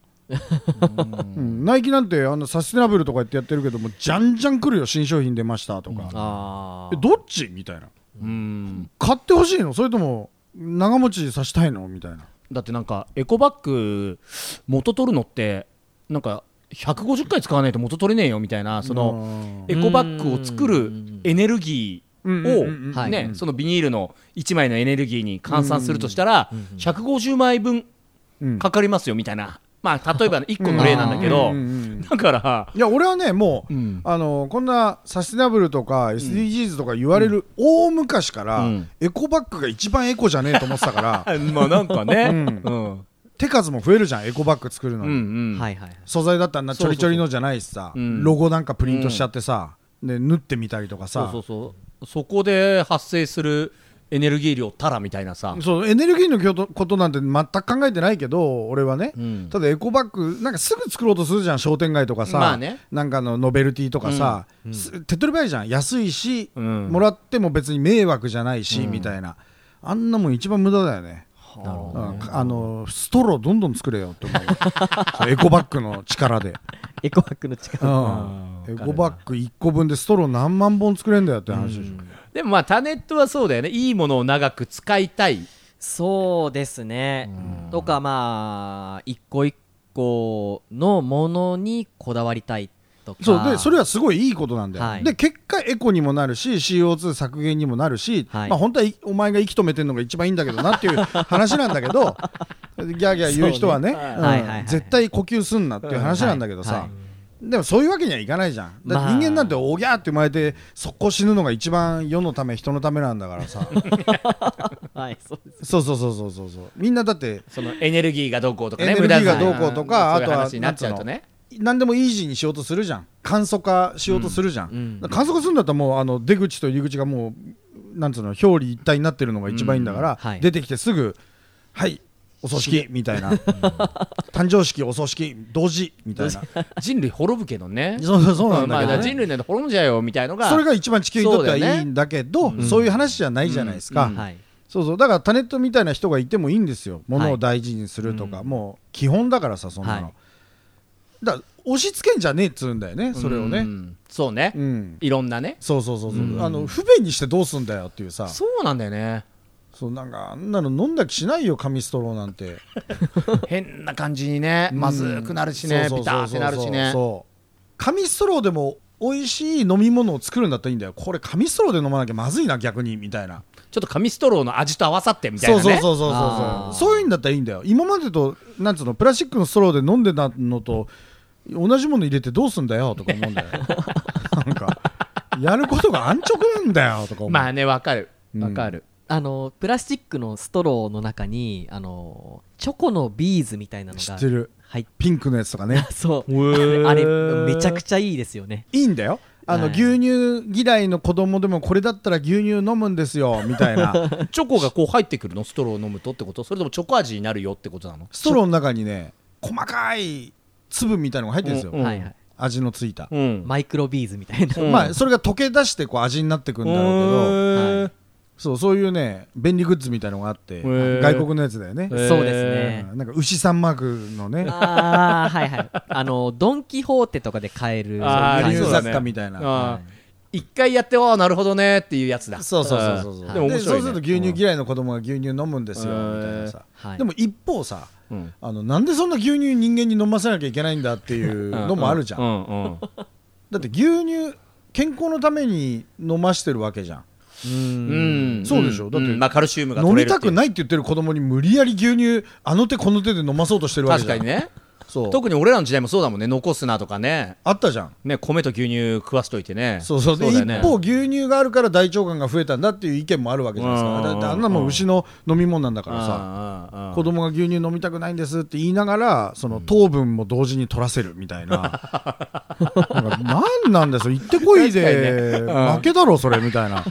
Speaker 4: うんナイキなんてあのサステナブルとか言ってやってるけどもじゃんじゃん来るよ新商品出ましたとか、
Speaker 2: あ
Speaker 4: えどっちみたいな
Speaker 3: うん
Speaker 4: 買ってほしいのそれとも長持ちさせたいのみたいな
Speaker 3: だってなんかエコバッグ元取るのってなんか150回使わないと元取れねえよみたいなその
Speaker 4: の
Speaker 3: エコバッグを作るエネルギ
Speaker 4: うんうんうんうん
Speaker 3: ー
Speaker 2: は
Speaker 3: を
Speaker 2: い
Speaker 3: ねそのビニールの1枚のエネルギーに換算するとしたら
Speaker 2: うんうん
Speaker 3: 150枚分
Speaker 4: うん
Speaker 3: かかりますよみたいなまあ例えばの1個の例なんだけど
Speaker 4: うんうんうん
Speaker 3: だから
Speaker 4: いや俺はねもう、
Speaker 3: うん
Speaker 4: あのこんなサステナブルとか SDGs とか言われる大昔から、
Speaker 3: うん
Speaker 4: エコバッグが一番エコじゃねえと思ってた から
Speaker 3: まあなんかね
Speaker 4: う
Speaker 3: うんん
Speaker 4: 手数も増えるじゃんエコバッグ作るの
Speaker 3: う
Speaker 4: に、
Speaker 3: ん
Speaker 2: はいはい
Speaker 4: 素材だったらなち
Speaker 3: そうそ
Speaker 4: ょ
Speaker 3: う
Speaker 4: り
Speaker 3: そう
Speaker 4: ちょりのじゃないしさ、
Speaker 3: うん
Speaker 4: ロゴなんかプリントしちゃってさ、で縫ってみたりとか
Speaker 3: そう
Speaker 4: さ
Speaker 3: そうそうそこで発生するエネルギー量たらみたいなさ
Speaker 4: そうエネルギーのことことなんて全く考えてないけど俺はね、
Speaker 3: うん
Speaker 4: ただエコバッグなんかすぐ作ろうとするじゃん商店街とかさ、
Speaker 3: まあね
Speaker 4: なんかのノベルティとかさ、す手っ取り早いじゃん安いし、
Speaker 3: うん
Speaker 4: もらっても別に迷惑じゃないし、みたいなあんなもん一番無駄だよね
Speaker 2: なるほど
Speaker 4: うんあのストローどんどん作れよって思う そうエコバッグの力で、
Speaker 2: エコバッグの力
Speaker 4: うん、エコバッグ1個分でストロー何万本作れんだよって話でしょ、
Speaker 3: でもまあタネットはそうだよねいいものを長く使いたい
Speaker 2: そうですねとかまあ一個一個のものにこだわりたいとか
Speaker 4: そうでそれはすごいいいことなんだよ、
Speaker 2: はい
Speaker 4: で結果エコにもなるし CO2 削減にもなるし、
Speaker 2: はい
Speaker 4: まあ、本当はいお前が息止めてるのが一番いいんだけどなっていう 話なんだけどギャーギャー言う人はね
Speaker 2: そうね
Speaker 4: うん
Speaker 2: はいはいはい
Speaker 4: 絶対呼吸すんなっていう話なんだけどさ、
Speaker 2: はいは
Speaker 4: でもそういうわけにはいかないじゃんだって
Speaker 2: まあ
Speaker 4: 人間なんておぎゃーって生まれて速攻死ぬのが一番世のため人のためなんだからさ
Speaker 2: はいそうです
Speaker 4: そうそうそうそうそうそうみんなだって
Speaker 3: そのエネルギーがどうこうとか
Speaker 4: エネ
Speaker 3: ね
Speaker 4: ルギ
Speaker 3: 無駄
Speaker 4: ー
Speaker 3: 遣
Speaker 4: が
Speaker 3: い
Speaker 4: どうこうとか、
Speaker 3: ん
Speaker 4: あ
Speaker 3: そう
Speaker 4: とは
Speaker 3: いう話になっちゃうとね
Speaker 4: なんつうの何でもイージーにしようとするじゃん簡素化しようとするじゃん、
Speaker 2: うん
Speaker 4: だから簡素化するんだったらもうあの出口と入り口がもうなんつうの表裏一体になってるのが一番いいんだから、
Speaker 2: うんはい
Speaker 4: 出てきてすぐはいお葬式みたいな、誕生式お葬式同時みたいな
Speaker 3: 人類滅ぶけどね
Speaker 4: そうそうそうなん
Speaker 3: まあだから
Speaker 4: だけど、
Speaker 3: 人
Speaker 4: ね
Speaker 3: 類なんて滅んじゃえよみたいのが
Speaker 4: それが一番地球にとっては
Speaker 3: そうだよ
Speaker 4: い
Speaker 3: ね
Speaker 4: いんだけどそう,、いう話じゃないじゃないですか、
Speaker 2: はい
Speaker 4: そうそうだからタネットみたいな人がいてもいいんですよ物を大事にするとか、もう基本だからさそんなの、
Speaker 2: はい
Speaker 4: だから押し付けんじゃねえっつうんだよねそれをね
Speaker 3: う
Speaker 4: うん、
Speaker 3: んそうねいろんなね
Speaker 4: そうそうそうそう、
Speaker 2: うん
Speaker 4: あの不便にしてどうすんだよっていうさ
Speaker 3: そうなんだよ ね
Speaker 4: そうなんかあんなの飲んだ気しないよ紙ストローなんて
Speaker 3: 変な感じにねまずくなるしね
Speaker 4: そう
Speaker 3: ピ
Speaker 4: そ
Speaker 3: ター
Speaker 4: う
Speaker 3: っ
Speaker 4: そうそ
Speaker 3: て
Speaker 4: う
Speaker 3: なるしね
Speaker 4: そう紙ストローでも美味しい飲み物を作るんだったらいいんだよこれ紙ストローで飲まなきゃまずいな逆にみたいな
Speaker 3: ちょっと紙ストローの味と合わさってみたい
Speaker 4: そう
Speaker 3: な
Speaker 4: そう
Speaker 3: ね
Speaker 4: そうそう
Speaker 2: あ
Speaker 4: そ
Speaker 2: ー
Speaker 4: うそういうんだったらいいんだよ今までとなんつうのプラスチックのストローで飲んでたのと同じもの入れてどうすんだよとか思うんだよなんかやることが安直なんだよとか思う、
Speaker 3: まあねわかるわかる
Speaker 2: あのプラスチックのストローの中にあのチョコのビーズみたいなの
Speaker 4: 知
Speaker 2: が
Speaker 4: ってる
Speaker 2: 入っ
Speaker 4: ピンクのやつとかね
Speaker 2: そうあれめちゃくちゃいいですよね
Speaker 4: いいんだよあの、
Speaker 2: はい
Speaker 4: 牛乳嫌いの子供でもこれだったら牛乳飲むんですよみた いな
Speaker 3: チョコがこう入ってくるのストローを飲むとってことそれともチョコ味になるよってことなの
Speaker 4: ストローの中にね細かい粒みたいのが入ってるんですよ、
Speaker 3: うんうん
Speaker 2: はいはい
Speaker 4: 味のついた、
Speaker 3: うん
Speaker 2: マイクロビーズみたいな
Speaker 3: うん
Speaker 4: まあそれが溶け出してこう味になってくんだろうけど、
Speaker 2: ど
Speaker 3: へー
Speaker 4: そうそういうね便利グッズみたいのがあって
Speaker 3: ー
Speaker 4: 外国のやつだよね、
Speaker 3: ー
Speaker 2: そうですね
Speaker 4: うんなんか牛さんマークのね
Speaker 2: ああはいはいあのドン・キホーテとかで買える
Speaker 3: あー
Speaker 2: はい
Speaker 4: 輸入
Speaker 3: そうだ
Speaker 4: 雑
Speaker 3: ね
Speaker 4: 貨みたいな、
Speaker 3: あー一回やってああなるほどねっていうやつだ
Speaker 4: そうそうそうそうそう、
Speaker 3: でも面
Speaker 4: で
Speaker 3: 白
Speaker 4: そう
Speaker 3: い
Speaker 4: す
Speaker 3: ね
Speaker 4: ると牛乳嫌いの子供が牛乳飲むんですよ、
Speaker 3: うん
Speaker 4: みたいなさ、
Speaker 2: はい
Speaker 4: でも一方さ
Speaker 3: うん
Speaker 4: あのなんでそんな牛乳人間に飲ませなきゃいけないんだっていうのもあるじゃん、
Speaker 3: うんうん
Speaker 4: だって牛乳健康のために飲ましてるわけじゃん
Speaker 3: うん
Speaker 4: そうでしょだって
Speaker 3: んまあカルシウムが
Speaker 4: 飲
Speaker 3: 取れる
Speaker 4: み
Speaker 3: ったてい
Speaker 4: く
Speaker 3: う
Speaker 4: ないって言ってる子供に無理やり牛乳あの手この手で飲まそうとしてるわけ
Speaker 3: 確
Speaker 4: じゃ
Speaker 3: か
Speaker 4: ん
Speaker 3: にね
Speaker 4: そう
Speaker 3: 特に俺らの時代もそうだもんね残すなとかね
Speaker 4: あったじゃん
Speaker 3: ね米と牛乳食わしといてね
Speaker 4: そうそうで
Speaker 3: だよね
Speaker 4: 一方牛乳があるから大腸がんが増えたんだっていう意見もあるわけじゃないで
Speaker 3: う
Speaker 4: すか
Speaker 3: ん
Speaker 4: だってあんなもん牛の飲み物なんだからさ
Speaker 3: あ
Speaker 4: 子供が牛乳飲みたくないんですって言いながらその糖分も同時に取らせるみ たいななんか何なんですよ行ってこいで、
Speaker 3: 確かにねうん
Speaker 4: 負けだろそれみたいな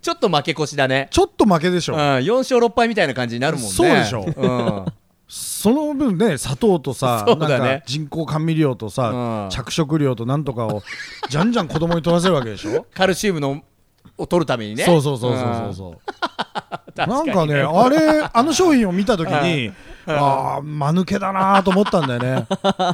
Speaker 3: ちょっと負け越しだね
Speaker 4: ちょっと負けでし
Speaker 3: うん
Speaker 4: ょ
Speaker 3: 4勝6敗みたいな感じになるもんね
Speaker 4: そうでしょ
Speaker 3: うん
Speaker 4: その分ね砂糖とさ、
Speaker 3: そうだ
Speaker 4: な
Speaker 3: ね
Speaker 4: んか人工甘味料とさ、
Speaker 3: うん
Speaker 4: 着色料となんとかをじゃんじゃん子供に取らせるわけでしょ
Speaker 3: カルシウムのを取るためにね
Speaker 4: そうそうそうそうそう そう
Speaker 3: うん
Speaker 4: なん
Speaker 3: 確
Speaker 4: か
Speaker 3: かに
Speaker 4: ね、あれ、あの商品を見たときに、ああ、間抜けだなと思ったんだよね。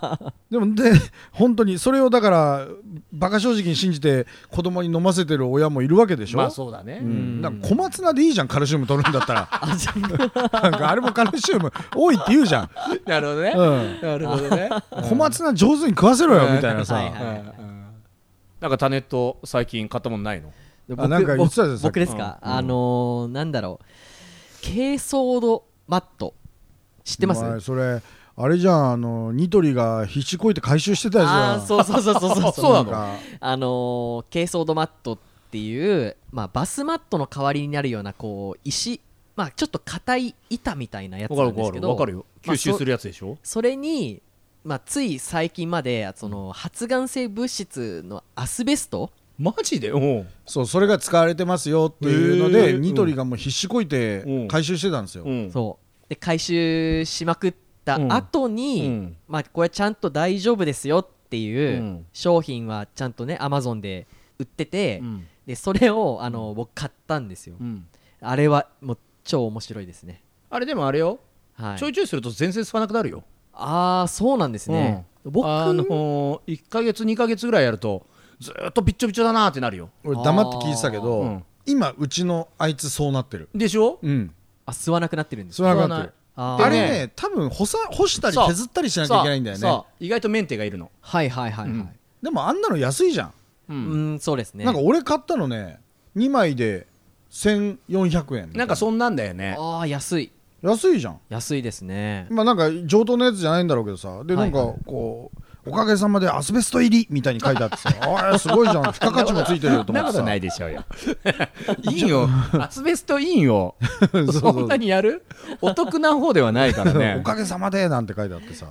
Speaker 4: でも、で、本当に、それをだから、バカ正直に信じて、子供に飲ませてる親もいるわけでしょ。
Speaker 3: まあそうだね
Speaker 4: うんだから小松菜でいいじゃん、カルシウム取るんだったら。なんかあれもカルシウム多いって言うじゃん。
Speaker 3: なるほどね
Speaker 4: うん
Speaker 3: なるほどね
Speaker 4: 小松菜上手に食わせろよみたいな
Speaker 2: はいはい
Speaker 4: さ。
Speaker 2: はい
Speaker 3: なんかタネット最近買ったもんないの
Speaker 4: あなんか言ってたじゃん
Speaker 2: 僕
Speaker 4: さっき
Speaker 2: 僕ですか、あのー、なんだろう珪藻土マット知ってます
Speaker 4: お前それ、あれじゃん、あの、ニトリが必死こいて回収してたじゃ
Speaker 2: あー
Speaker 4: ん。
Speaker 2: そうそうそうそうそう
Speaker 3: そうなの
Speaker 4: か
Speaker 2: あのー、珪藻土マットっていう、まあ、バスマットの代わりになるようなこう石、まあ、ちょっと硬い板みたいなやつ
Speaker 3: わか
Speaker 2: なん
Speaker 3: る
Speaker 2: で
Speaker 3: わ
Speaker 2: す
Speaker 3: か
Speaker 2: け
Speaker 3: る
Speaker 2: ど
Speaker 3: わかるよ
Speaker 2: まあ
Speaker 3: 吸収するやつでしょ
Speaker 2: そそれに、まあ、つい最近までその発がん性物質のアスベスト
Speaker 3: マジでうん
Speaker 4: そうそれが使われてますよっていうので、
Speaker 3: へー
Speaker 4: ニトリがもう必死こいて回収してたんですよ、
Speaker 3: うん
Speaker 2: そうで回収しまくった後に、
Speaker 3: うん
Speaker 2: まあ、これちゃんと大丈夫ですよっていううん商品はちゃんとねアマゾンで売ってて、
Speaker 3: うん
Speaker 2: でそれをあの僕買ったんですよ、
Speaker 3: うん
Speaker 2: あれはもう超面白いですね、
Speaker 3: あれでもあれよ
Speaker 2: はい、
Speaker 3: ちょいちょいすると全然つかなくなるよ
Speaker 2: ああそうなんですね、僕
Speaker 3: あのー1か月2か月ぐらいやるとずーっとびっちょびちょだなーってなるよ
Speaker 4: 俺黙って聞いてたけど、
Speaker 3: あーうん
Speaker 4: 今うちのあいつそうなってる
Speaker 3: でしょ
Speaker 4: うん
Speaker 2: あ吸わなくなってるんです
Speaker 4: それなくなってる
Speaker 2: あー
Speaker 4: あれ
Speaker 3: で
Speaker 4: ね多分干さ干したり
Speaker 3: そう
Speaker 4: 削ったりしなきゃいけないんだよ
Speaker 3: そう
Speaker 4: ね
Speaker 3: そう意外とメンテがいるの
Speaker 2: はいはいはいはい
Speaker 3: うん
Speaker 4: でもあんなの安いじゃん、
Speaker 3: う
Speaker 2: うんん、そうですね
Speaker 4: なんか俺買ったのね2枚で1400円
Speaker 3: なんかそんなんだよね
Speaker 2: ああ安い
Speaker 4: 安いじゃん
Speaker 2: 安いですね
Speaker 4: まあなんか上等なやつじゃないんだろうけどさでなんか
Speaker 2: はいはい
Speaker 4: こうおかげさまでアスベスト入りみたいに書いてあってさあーすごいじゃん付加価値もついてるよと思ってさ
Speaker 3: でしょうよいいよ アスベストインを
Speaker 4: そうそう
Speaker 3: そんなにやるお得な方ではないから
Speaker 4: お
Speaker 3: ね
Speaker 4: かげさまでなんて書いてあってさ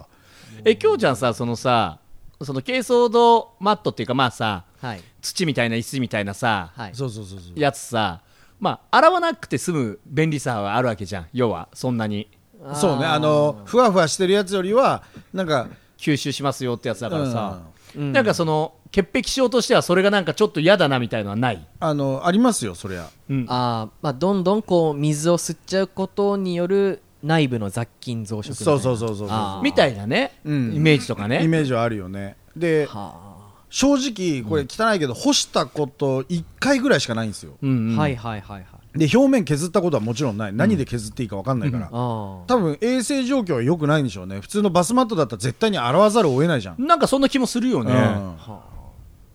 Speaker 3: えきょうちゃんさそのさその珪藻土マットっていうかまあさ
Speaker 2: はい
Speaker 3: 土みたいな石みたいなさ、
Speaker 2: はい
Speaker 4: そうそうそうそう
Speaker 3: やつさまあ洗わなくて済む便利さはあるわけじゃん要はそんなに
Speaker 4: そうねあのふわふわしてるやつよりはなんか
Speaker 3: 吸収しますよってやつだからさ、
Speaker 2: うん
Speaker 3: なんかその潔癖症としてはそれがなんかちょっと嫌だなみたいのはない、
Speaker 4: あのありますよそりゃ
Speaker 3: うん
Speaker 2: あーまあどんどんこう水を吸っちゃうことによる内部の雑菌増殖みたいな
Speaker 4: そうそうそうそうそう
Speaker 2: あー
Speaker 3: みたいなね、
Speaker 4: うん
Speaker 3: イメージとか
Speaker 4: イ
Speaker 3: ね
Speaker 4: メージはあるよねで
Speaker 2: は
Speaker 4: 正直これ汚いけど干したこと1回ぐらいしかないんですよ
Speaker 3: うん
Speaker 2: あ
Speaker 3: うん
Speaker 2: はいはいはいはい
Speaker 4: で表面削ったことはもちろんない何で削っていいか分かんないから
Speaker 2: ああ
Speaker 4: 多分衛生状況は良くないんでしょうね普通のバスマットだったら絶対に洗わざるを得ないじゃん、
Speaker 3: なんかそんな気もするよね、
Speaker 4: うん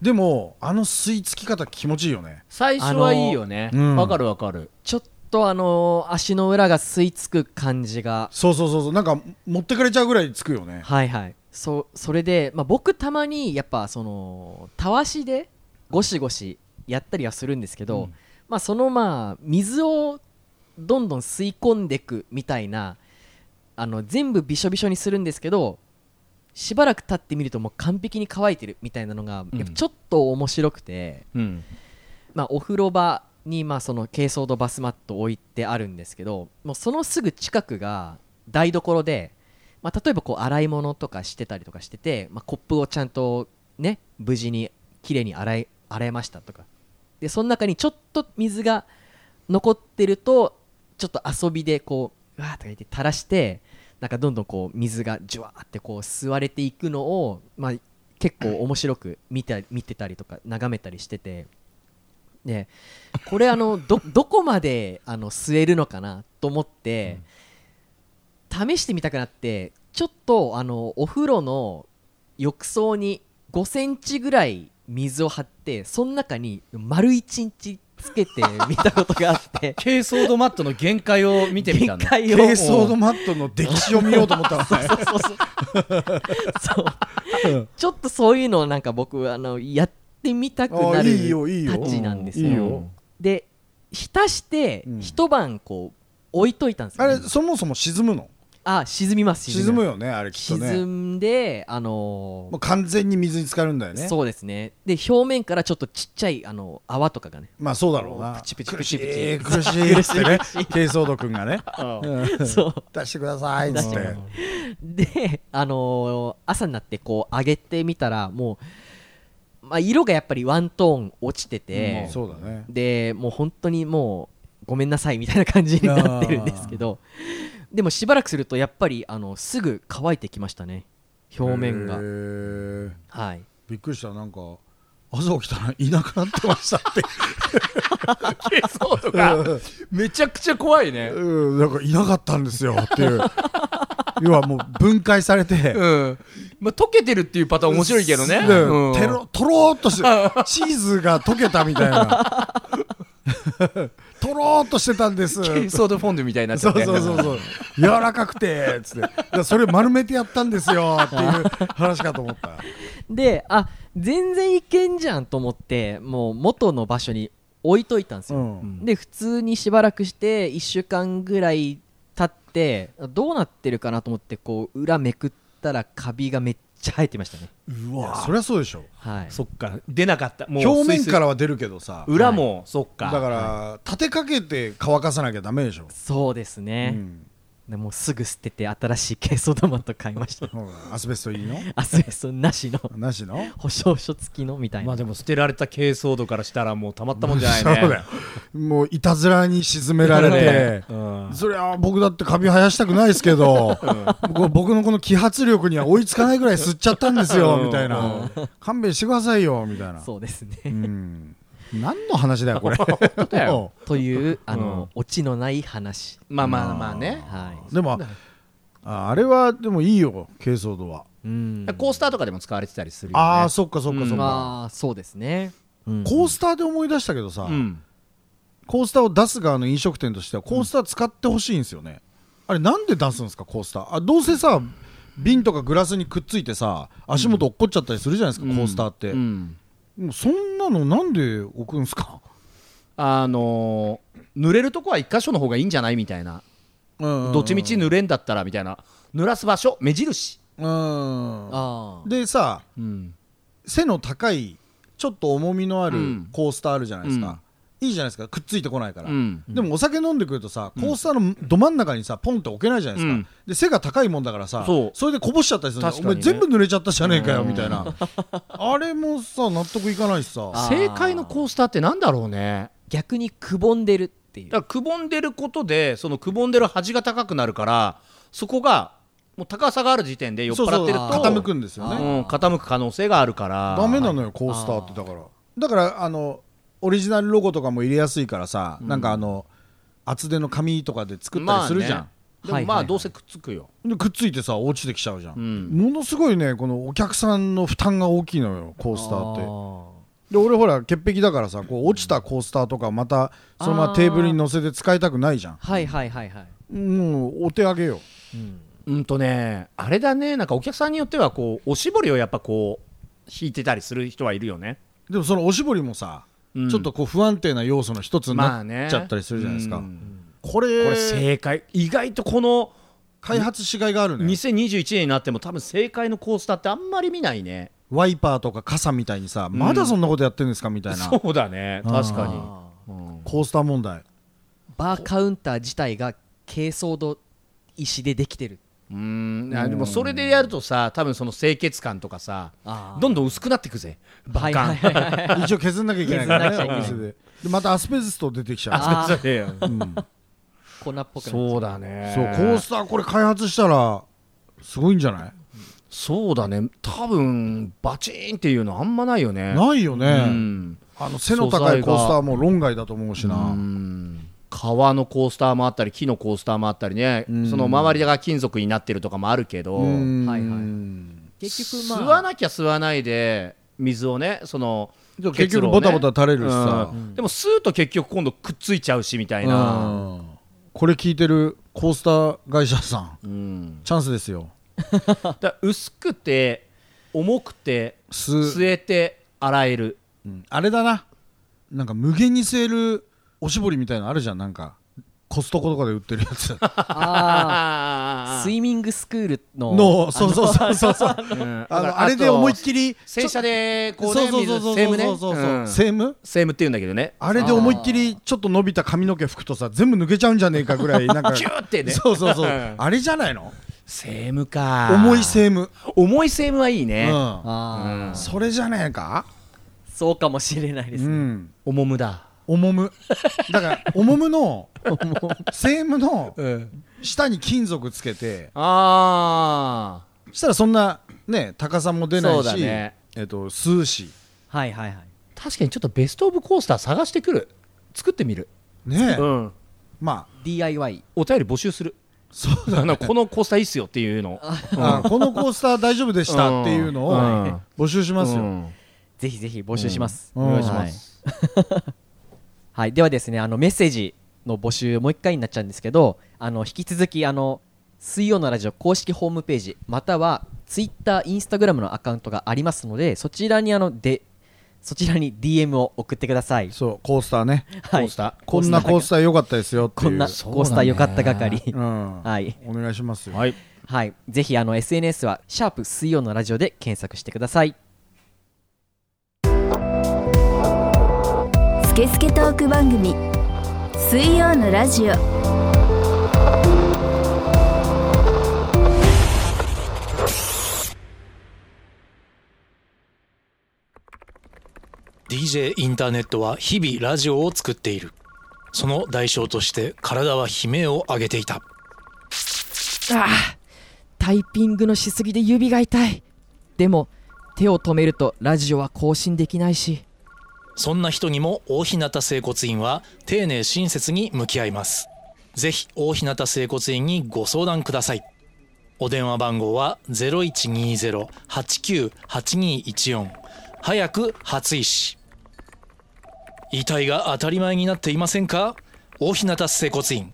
Speaker 4: でもあの吸い付き方気持ちいいよね
Speaker 3: 最初はいいよね
Speaker 4: あのうん
Speaker 3: わ、かるわかる
Speaker 2: ちょっとあのー足の裏が吸い付く感じが
Speaker 4: そうそうそうそうなんか持ってかれちゃうぐらいつくよね
Speaker 2: はいはいそそれで、まあ、僕たまにやっぱそのたわしでゴシゴシやったりはするんですけど、まあ、そのまあ水をどんどん吸い込んでいくみたいなあの全部びしょびしょにするんですけどしばらく経ってみるともう完璧に乾いてるみたいなのが
Speaker 3: うん
Speaker 2: やっぱちょっと面白くて、
Speaker 3: うん
Speaker 2: まあ、お風呂場にまあその珪藻土バスマット置いてあるんですけどもうそのすぐ近くが台所で、まあ、例えばこう洗い物とかしてたりとかしてて、まあ、コップをちゃんとね無事に綺麗に洗い洗えましたとかでその中にちょっと水が残ってるとちょっと遊びでこううわーとか言って垂らしてなんかどんどんこう水がじゅわーってこう吸われていくのを、まあ、結構面白く見 て見てたりとか眺めたりしててねこれあのど どこまであの吸えるのかなと思って、試してみたくなってちょっとあのお風呂の浴槽に5センチぐらい水を張ってその中に丸1日つけてみたことがあって
Speaker 3: 軽装度マットの限界を 見てみた
Speaker 2: 限界
Speaker 3: の
Speaker 2: を
Speaker 4: 軽装のマットの歴史を見ようと思ったら、ね、
Speaker 2: そうそうそうそうちょっとそういうのをなんか僕あのやってみたくな
Speaker 4: あ
Speaker 2: る
Speaker 4: いいよいいよ
Speaker 2: タッチなんです
Speaker 4: いい
Speaker 2: よ
Speaker 4: よ
Speaker 2: で浸して
Speaker 4: うん
Speaker 2: 一晩こう置いといたんです
Speaker 4: あ
Speaker 2: よ、ね
Speaker 4: れそもそも沈むの
Speaker 2: あ沈みます
Speaker 4: 沈む
Speaker 2: ます
Speaker 4: よねあれきっとね
Speaker 2: 沈んであのー
Speaker 4: もう完全に水に浸かるんだよね
Speaker 2: そうですねで表面からちょっとちっちゃいあの泡とかがね
Speaker 4: まあそうだろうな
Speaker 2: プチプチプチプチ
Speaker 4: 苦しい苦しいっつってね軽装度くんがねうん
Speaker 2: そう
Speaker 4: 出してくださいっつって
Speaker 2: 出で、あのー朝になってこう上げてみたらもう、まあ、色がやっぱりワントーン落ちてて、
Speaker 4: そうだね
Speaker 2: でもう本当にもうごめんなさいみたいな感じになってるんですけどでもしばらくするとやっぱりあのすぐ乾いてきましたね表面
Speaker 4: へ
Speaker 2: が
Speaker 4: ー
Speaker 2: はい
Speaker 4: びっくりしたなんか朝起きたらいなくなってました って
Speaker 3: 軽装度がめちゃくちゃ怖いね
Speaker 4: うん、なんかいなかったんですよっていう要はもう分解されて、
Speaker 3: うんまあ溶けてるっていうパターン面白いけどね
Speaker 4: う
Speaker 3: う
Speaker 4: ん
Speaker 3: ん
Speaker 4: テロとろーっとして チーズが溶けたみたいな とろーっとしてたんです
Speaker 3: 軽装度フォンデュみたいになっち
Speaker 4: そ
Speaker 3: ゃっ
Speaker 4: う
Speaker 3: て
Speaker 4: そうそうそう柔らかくてつってだからそれ丸めてやったんですよっていう話かと思った
Speaker 2: であ全然いけんじゃんと思ってもう元の場所に置いといたんですよ、
Speaker 4: うん
Speaker 2: で普通にしばらくして1週間ぐらい経ってどうなってるかなと思ってこう裏めくったらカビがめっちゃ生えてましたね
Speaker 3: う
Speaker 4: いやそりゃそうでしょ
Speaker 2: はい
Speaker 3: そっか出なかったもう
Speaker 4: 表面
Speaker 3: スイスイ
Speaker 4: からは出るけどさ
Speaker 3: 裏もそっか
Speaker 4: だから立てかけて乾かさなきゃダメでしょ、
Speaker 2: そうです
Speaker 4: う
Speaker 2: ね、
Speaker 4: ん、
Speaker 2: でもうすぐ捨てて新しい珪藻トマト買いました
Speaker 4: ほらアスベストいいの
Speaker 2: アスベストなしの
Speaker 4: なしの
Speaker 2: 保証書付きのみたいな、
Speaker 3: まあでも捨てられた軽装度からしたらもうたまったもんじゃない
Speaker 4: そう
Speaker 3: ね
Speaker 4: だよもういたずらに沈められ て、
Speaker 3: うん
Speaker 4: そりゃ僕だってカビ生やしたくないですけど、僕僕のこの揮発力には追いつかないぐらい吸っちゃったんですよ、
Speaker 3: うん
Speaker 4: みたいな、勘弁してくださいよみたいな
Speaker 2: そうですね、
Speaker 4: うん何の話だよこれ
Speaker 3: だ よ
Speaker 2: というあの、オチのない話
Speaker 3: まあまあまあね
Speaker 2: はい
Speaker 4: でもああれはでもいいよ軽装度は、
Speaker 2: うん
Speaker 3: コースターとかでも使われてたりするよね
Speaker 4: ああそっかそっかそっか、
Speaker 2: まあそうですね、
Speaker 4: コースターで思い出したけどさ、
Speaker 3: うん
Speaker 4: コースターを出す側の飲食店としてはコースター使ってほしいんですよね、あれなんで出すんですかコースターあどうせさ瓶とかグラスにくっついてさ足元落っこっちゃったりするじゃないですか、コースターって、
Speaker 3: うん
Speaker 4: もうそんなのなんで置くんですか、
Speaker 3: あのー濡れるとこは一箇所の方がいいんじゃないみたいなどっちみち濡れんだったらみたいな濡らす場所目印
Speaker 4: うん
Speaker 2: ああ
Speaker 4: でさ
Speaker 3: うん
Speaker 4: 背の高いちょっと重みのある
Speaker 3: うん
Speaker 4: コースターあるじゃないですか、いいじゃないですかくっついてこないから、
Speaker 3: うん
Speaker 4: でもお酒飲んでくるとさ、コースターのど真ん中にさポンって置けないじゃないですか、
Speaker 3: うん
Speaker 4: で背が高いもんだからさ
Speaker 3: そう
Speaker 4: れでこぼしちゃったりするの
Speaker 3: 確かにね
Speaker 4: お前全部濡れちゃったじゃねえかよみたいなあれもさ納得いかないしさ
Speaker 2: あ
Speaker 3: 正解のコースターってなんだろうね
Speaker 2: 逆にくぼんでるっていう
Speaker 3: だからくぼんでることでそのくぼんでる端が高くなるからそこがもう高さがある時点で酔っ
Speaker 4: そう
Speaker 3: 払
Speaker 4: そ
Speaker 3: っ
Speaker 4: う
Speaker 3: てると
Speaker 4: 傾くんですよね
Speaker 3: うん傾く可能性があるから
Speaker 4: ダメなのよコースターってだからだからあのオリジナルロゴとかも入れやすいからさ、なんかあの厚手の紙とかで作ったりするじゃ
Speaker 3: ま
Speaker 4: ん、
Speaker 3: あねでもま
Speaker 2: はいはいは
Speaker 3: あ
Speaker 2: い
Speaker 3: どうせくっつくよ
Speaker 4: でくっついてさ落ちてきちゃうじゃん、
Speaker 3: ん
Speaker 4: ものすごいねこのお客さんの負担が大きいのよコ
Speaker 2: コ
Speaker 4: ースターってで俺ほら潔癖だからさこう落ちたコースターとかまたそのままテーブルに乗せて使いたくないじゃ
Speaker 2: はいはいはいはい、
Speaker 4: んもうお手上げよ
Speaker 2: うん、
Speaker 3: うんとねあれだねなんかお客さんによってはこうおしぼりをやっぱこう引いてたりする人はいるよね
Speaker 4: でもそのおしぼりもさ、
Speaker 3: うん
Speaker 4: ちょっとこう不安定な要素の一つに
Speaker 3: ま
Speaker 4: な
Speaker 3: あね
Speaker 4: っちゃったりするじゃないですか、
Speaker 3: うん
Speaker 4: これ
Speaker 3: これ正解意外とこの
Speaker 4: 開発しがいがあるね
Speaker 3: 2021年になっても多分正解のコースターってあんまり見ないね
Speaker 4: ワイパーとか傘みたいにさ、まだそんなことやってんですかみたいな
Speaker 3: そうだね確かに
Speaker 2: あ
Speaker 4: コースター問題
Speaker 2: バーカウンター自体が珪藻土石でできてる
Speaker 3: うんいやでもそれでやるとさ多分その清潔感とかさ
Speaker 2: あー
Speaker 3: どんどん薄くなってくぜ
Speaker 2: は
Speaker 3: バカ
Speaker 2: い
Speaker 3: ン
Speaker 2: はいはい はい
Speaker 4: 一応削んなきゃいけないからね
Speaker 2: 削ん
Speaker 4: お
Speaker 2: なきゃい け
Speaker 4: 店
Speaker 2: ない
Speaker 4: ででまたアスペスト出てきちゃう
Speaker 2: あー
Speaker 3: そうだね
Speaker 2: 粉っぽくなっちゃ
Speaker 3: そうだね
Speaker 4: そうコースターこれ開発したらすごいんじゃない
Speaker 3: そうだね多分バチーンっていうのあんまないよね
Speaker 4: ないよね、
Speaker 3: うん
Speaker 4: あの背の高いコースターはもう論外だと思うしな、
Speaker 3: 革のコースターもあったり木のコースターもあったりね、
Speaker 4: ん
Speaker 3: その周りが金属になってるとかもあるけど、
Speaker 4: うん
Speaker 2: はいはい結局
Speaker 3: 吸
Speaker 2: ま
Speaker 3: わ
Speaker 2: あ
Speaker 3: なきゃ吸わないで水をねその
Speaker 4: じゃあ
Speaker 3: 結露を
Speaker 4: 結局ボタボタ垂れるしさ
Speaker 3: うんでも吸うと結局今度くっついちゃうしみたいな、
Speaker 4: うんこれ聞いてるコースター会社さん
Speaker 3: うん
Speaker 4: チャンスですよ
Speaker 3: だから薄くて重くて
Speaker 4: 吸
Speaker 3: 吸えて洗える
Speaker 4: うんあれだななんか無限に吸えるおしぼりみたいのあるじゃんなんかコストコとかで売ってるやつ
Speaker 2: ああ
Speaker 3: あ
Speaker 2: スイミングスクールの
Speaker 4: のそうそうそうそうそう
Speaker 3: ー、うん
Speaker 4: あのあれで思いっきり
Speaker 3: 洗車でこう
Speaker 4: そう
Speaker 3: ね
Speaker 4: そうそうそう
Speaker 3: 水セームね
Speaker 4: そうそうそう
Speaker 3: うん
Speaker 4: セーム
Speaker 3: セームって言うんだけどね
Speaker 4: あれで思いっきりちょっと伸びた髪の毛拭くとさ全部抜けちゃうんじゃねえかぐらいなんか
Speaker 3: キューってね
Speaker 4: そうそうそううんあれじゃないの
Speaker 3: セームか
Speaker 4: 重いセーム
Speaker 3: 重いセームはいいね、
Speaker 4: うん
Speaker 2: ああ、
Speaker 4: それじゃねえか
Speaker 2: そうかもしれないで
Speaker 4: う
Speaker 2: すね、
Speaker 4: ん
Speaker 3: 重むだ
Speaker 4: おもむだからおも むのセームの下に金属つけて
Speaker 3: あ
Speaker 4: したらそんなね高さも出な
Speaker 3: そ
Speaker 4: いう
Speaker 3: だ
Speaker 4: し、
Speaker 3: ね
Speaker 4: えっと吸うし
Speaker 2: はいはいはい
Speaker 3: ー確かにちょっとベストオブコースター探してくる作ってみる、
Speaker 4: ねえ、
Speaker 3: うん、
Speaker 4: まあ
Speaker 2: DIY
Speaker 3: お便り募集する
Speaker 4: そうだ
Speaker 3: あのこの コースターいいっすよっていうの
Speaker 4: あこのコースター大丈夫でしたっていうのを
Speaker 3: うん
Speaker 4: はい募集しますよ、
Speaker 3: うん
Speaker 2: ぜひぜひ募集します、、
Speaker 4: うんお願いします
Speaker 2: はいはいではですねあのメッセージの募集もう一回になっちゃうんですけどあの引き続きあの水曜のラジオ公式ホームページまたはツイッターインスタグラムのアカウントがありますのでそちらにあのでそちらに DM を送ってください
Speaker 4: そうコースターね
Speaker 2: はい
Speaker 3: コースタ
Speaker 4: こんなコースター良かったですよってい
Speaker 2: こ
Speaker 4: う
Speaker 2: んなコ
Speaker 3: そうだね
Speaker 2: ースターよかった係、
Speaker 4: うん
Speaker 2: はい、
Speaker 4: お願いしますよ、
Speaker 3: はい
Speaker 2: はい、ぜひあの SNS は「シャープ水曜のラジオ」で検索してください
Speaker 1: スケスケトーク番組水曜のラジオ
Speaker 5: 「DJ インターネット」は日々ラジオを作っているその代償として体は悲鳴を上げていた
Speaker 6: ああタイピングのしすぎで指が痛いでも手を止めるとラジオは更新できないし
Speaker 5: そんな人にも大日向整骨院は丁寧親切に向き合います。ぜひ大日向整骨院にご相談ください。お電話番号は0120-898214早く初医師。遺体が当たり前になっていませんか大日向整骨院。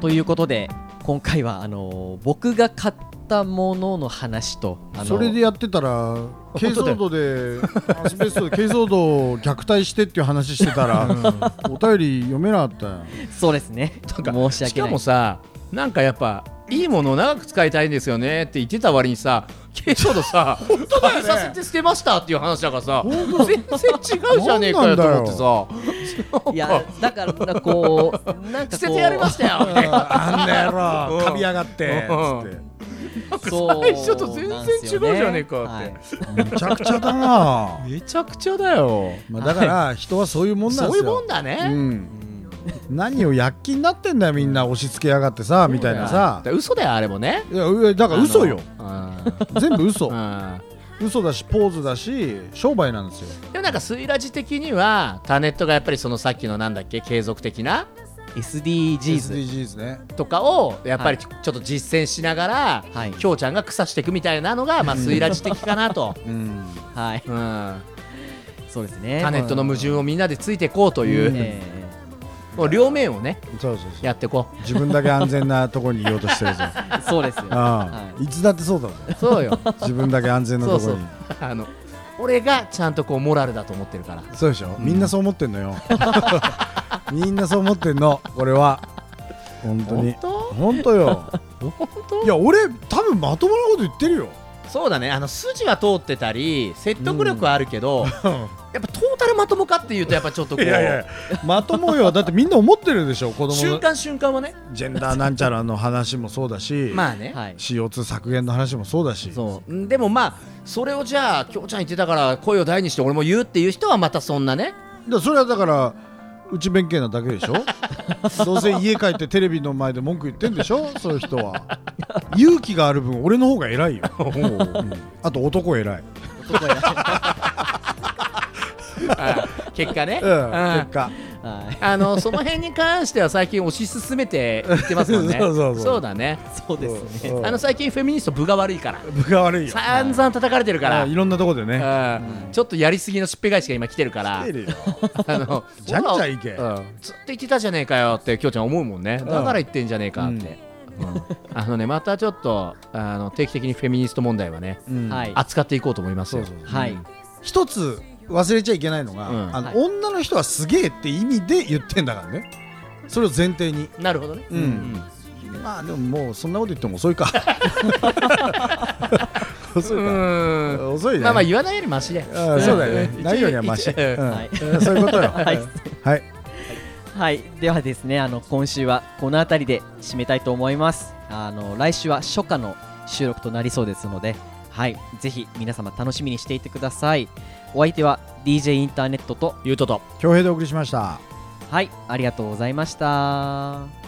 Speaker 2: ということで今回はあのー僕が買ったものの話とあの
Speaker 4: それでやってたら軽装度でアスベストで軽装度を虐待してっていう話してたら、 お便り読めなかったよ
Speaker 2: そうですね申し訳
Speaker 3: なんか
Speaker 2: ない
Speaker 3: しかもさなんかやっぱいいものを長く使いたいんですよねって言ってた割にさ軽度度さ「本当だ、させて捨てました」っていう話だからさ全然違うじゃねえかよと思って
Speaker 2: いやだからなんかこう なんかこう
Speaker 3: さ「捨ててやりましたよ」みたいな
Speaker 4: あんな野郎
Speaker 3: うん
Speaker 4: かび上がって
Speaker 3: うん
Speaker 4: つ
Speaker 2: そう
Speaker 3: 最初と全然違うじゃねえかって
Speaker 2: なんですよね
Speaker 4: ってめちゃくちゃだな
Speaker 3: めちゃくちゃだよ
Speaker 4: まあ、だから人はそういうもんなん
Speaker 3: そ
Speaker 4: で
Speaker 3: ういう
Speaker 4: す
Speaker 3: も
Speaker 4: よ
Speaker 3: ん。だ
Speaker 4: う
Speaker 3: ね
Speaker 4: ん、何を躍起になってんだよみんな押し付けやがってさみたいなさ
Speaker 3: だから嘘だよあれもね
Speaker 4: いやいやだから嘘よ
Speaker 3: あ
Speaker 4: 全部嘘
Speaker 3: のうん
Speaker 4: 嘘だしポーズだし商売なんですよ
Speaker 3: でもなんかスイラジ的にはターネットがやっぱりそのさっきのなんだっけ継続的な
Speaker 2: SDGs
Speaker 4: SDGs ね
Speaker 3: とかをやっぱり
Speaker 2: は
Speaker 3: ちょちょっと実践しながら、
Speaker 2: はい
Speaker 3: きょうちゃんが草していくみたいなのが、まあ、スイラジ的かな と、
Speaker 4: うん
Speaker 2: はい
Speaker 3: うん、タ
Speaker 2: そうですね
Speaker 3: ーネットの矛盾をみんなでついていこうという、
Speaker 2: え
Speaker 3: もう両面をね
Speaker 4: そうそうそう
Speaker 3: やっていこ
Speaker 4: 自分だけ安全なところにいようとして るぞ
Speaker 2: ーそうですよ
Speaker 4: ああいつだってそうだもん
Speaker 3: うそうよ
Speaker 4: 自分だけ安全なとこ
Speaker 3: そ
Speaker 4: ろ
Speaker 3: う
Speaker 4: に
Speaker 3: あの俺がちゃんとこうモラルだと思ってるから
Speaker 4: そうでしょ、みんなそう思って んのよみんなそう思ってんの俺は本当に
Speaker 3: 本当
Speaker 4: 本当よ
Speaker 3: 本
Speaker 4: いや俺多分まともなこと言ってるよ
Speaker 3: 当そうだねあの筋は通ってたり説得力はあるけど、やっぱトータルまともかっていうとやっぱちょっとこう
Speaker 4: いやいやまともよだってみんな思ってるでしょ子供
Speaker 3: 瞬
Speaker 4: の
Speaker 3: 間瞬間はね
Speaker 4: ジェンダーなんちゃらの話もそうだし、
Speaker 3: まあね、
Speaker 2: はい
Speaker 4: CO2 削減の話もそうだし
Speaker 3: そううんでもまあそれをじゃあきょうちゃん言ってたから声を大にして俺も言うっていう人はまたそんなね
Speaker 4: だからそれはだから内弁慶なだけでしょどうせ家帰ってテレビの前で文句言ってんでしょそういう人は勇気がある分俺の方が偉いよ、うんあと男偉い、
Speaker 3: 結果ね、
Speaker 4: うん
Speaker 3: うん
Speaker 4: 結果
Speaker 2: はい
Speaker 3: あのその辺に関しては最近推し進めていってますもんね
Speaker 4: そうそうそう
Speaker 3: だね
Speaker 2: そうですね
Speaker 3: あの最近フェミニスト分が悪いから
Speaker 4: 分が悪いよ
Speaker 3: 散々叩かれてるか
Speaker 4: あ
Speaker 3: ら、
Speaker 4: いろんなとこでね
Speaker 3: うんちょっとやりすぎのしっぺ返しが今来てるから
Speaker 4: 来てるよ
Speaker 3: あの
Speaker 4: じゃんじゃんいけ
Speaker 3: ほらうんずっと言ってたじゃねえかよってきょうちゃん思うもんねだから言ってんじゃねえかって、うん あのねまたちょっとあの定期的にフェミニスト問題はね、
Speaker 4: うん
Speaker 2: はい
Speaker 3: 扱っていこうと思いますよ
Speaker 4: そうそう
Speaker 2: はい
Speaker 4: 一つ忘れちゃいけないのが、
Speaker 3: うん
Speaker 4: あの
Speaker 2: はい
Speaker 4: 女の人はすげえって意味で言ってんだからねそれを前提に
Speaker 3: なるほどね、
Speaker 4: うんまあでももうそんなこと言っても遅いか 遅いか、
Speaker 3: うん
Speaker 4: 遅いね
Speaker 3: まあまあ言わないよりマシで、
Speaker 4: うんそうだよね。ないよりはマシ。
Speaker 3: 一応
Speaker 4: うん
Speaker 2: はい
Speaker 4: そういうことよ。
Speaker 2: はい
Speaker 4: はい。
Speaker 2: はい、ではですね、あの今週はこの辺りで締めたいと思います。あの来週は初夏の収録となりそうですので、はい、ぜひ皆様楽しみにしていてください。お相手は DJ インターネットと
Speaker 3: 言うとと
Speaker 4: 恭平でお送りしました。
Speaker 2: はい、ありがとうございました。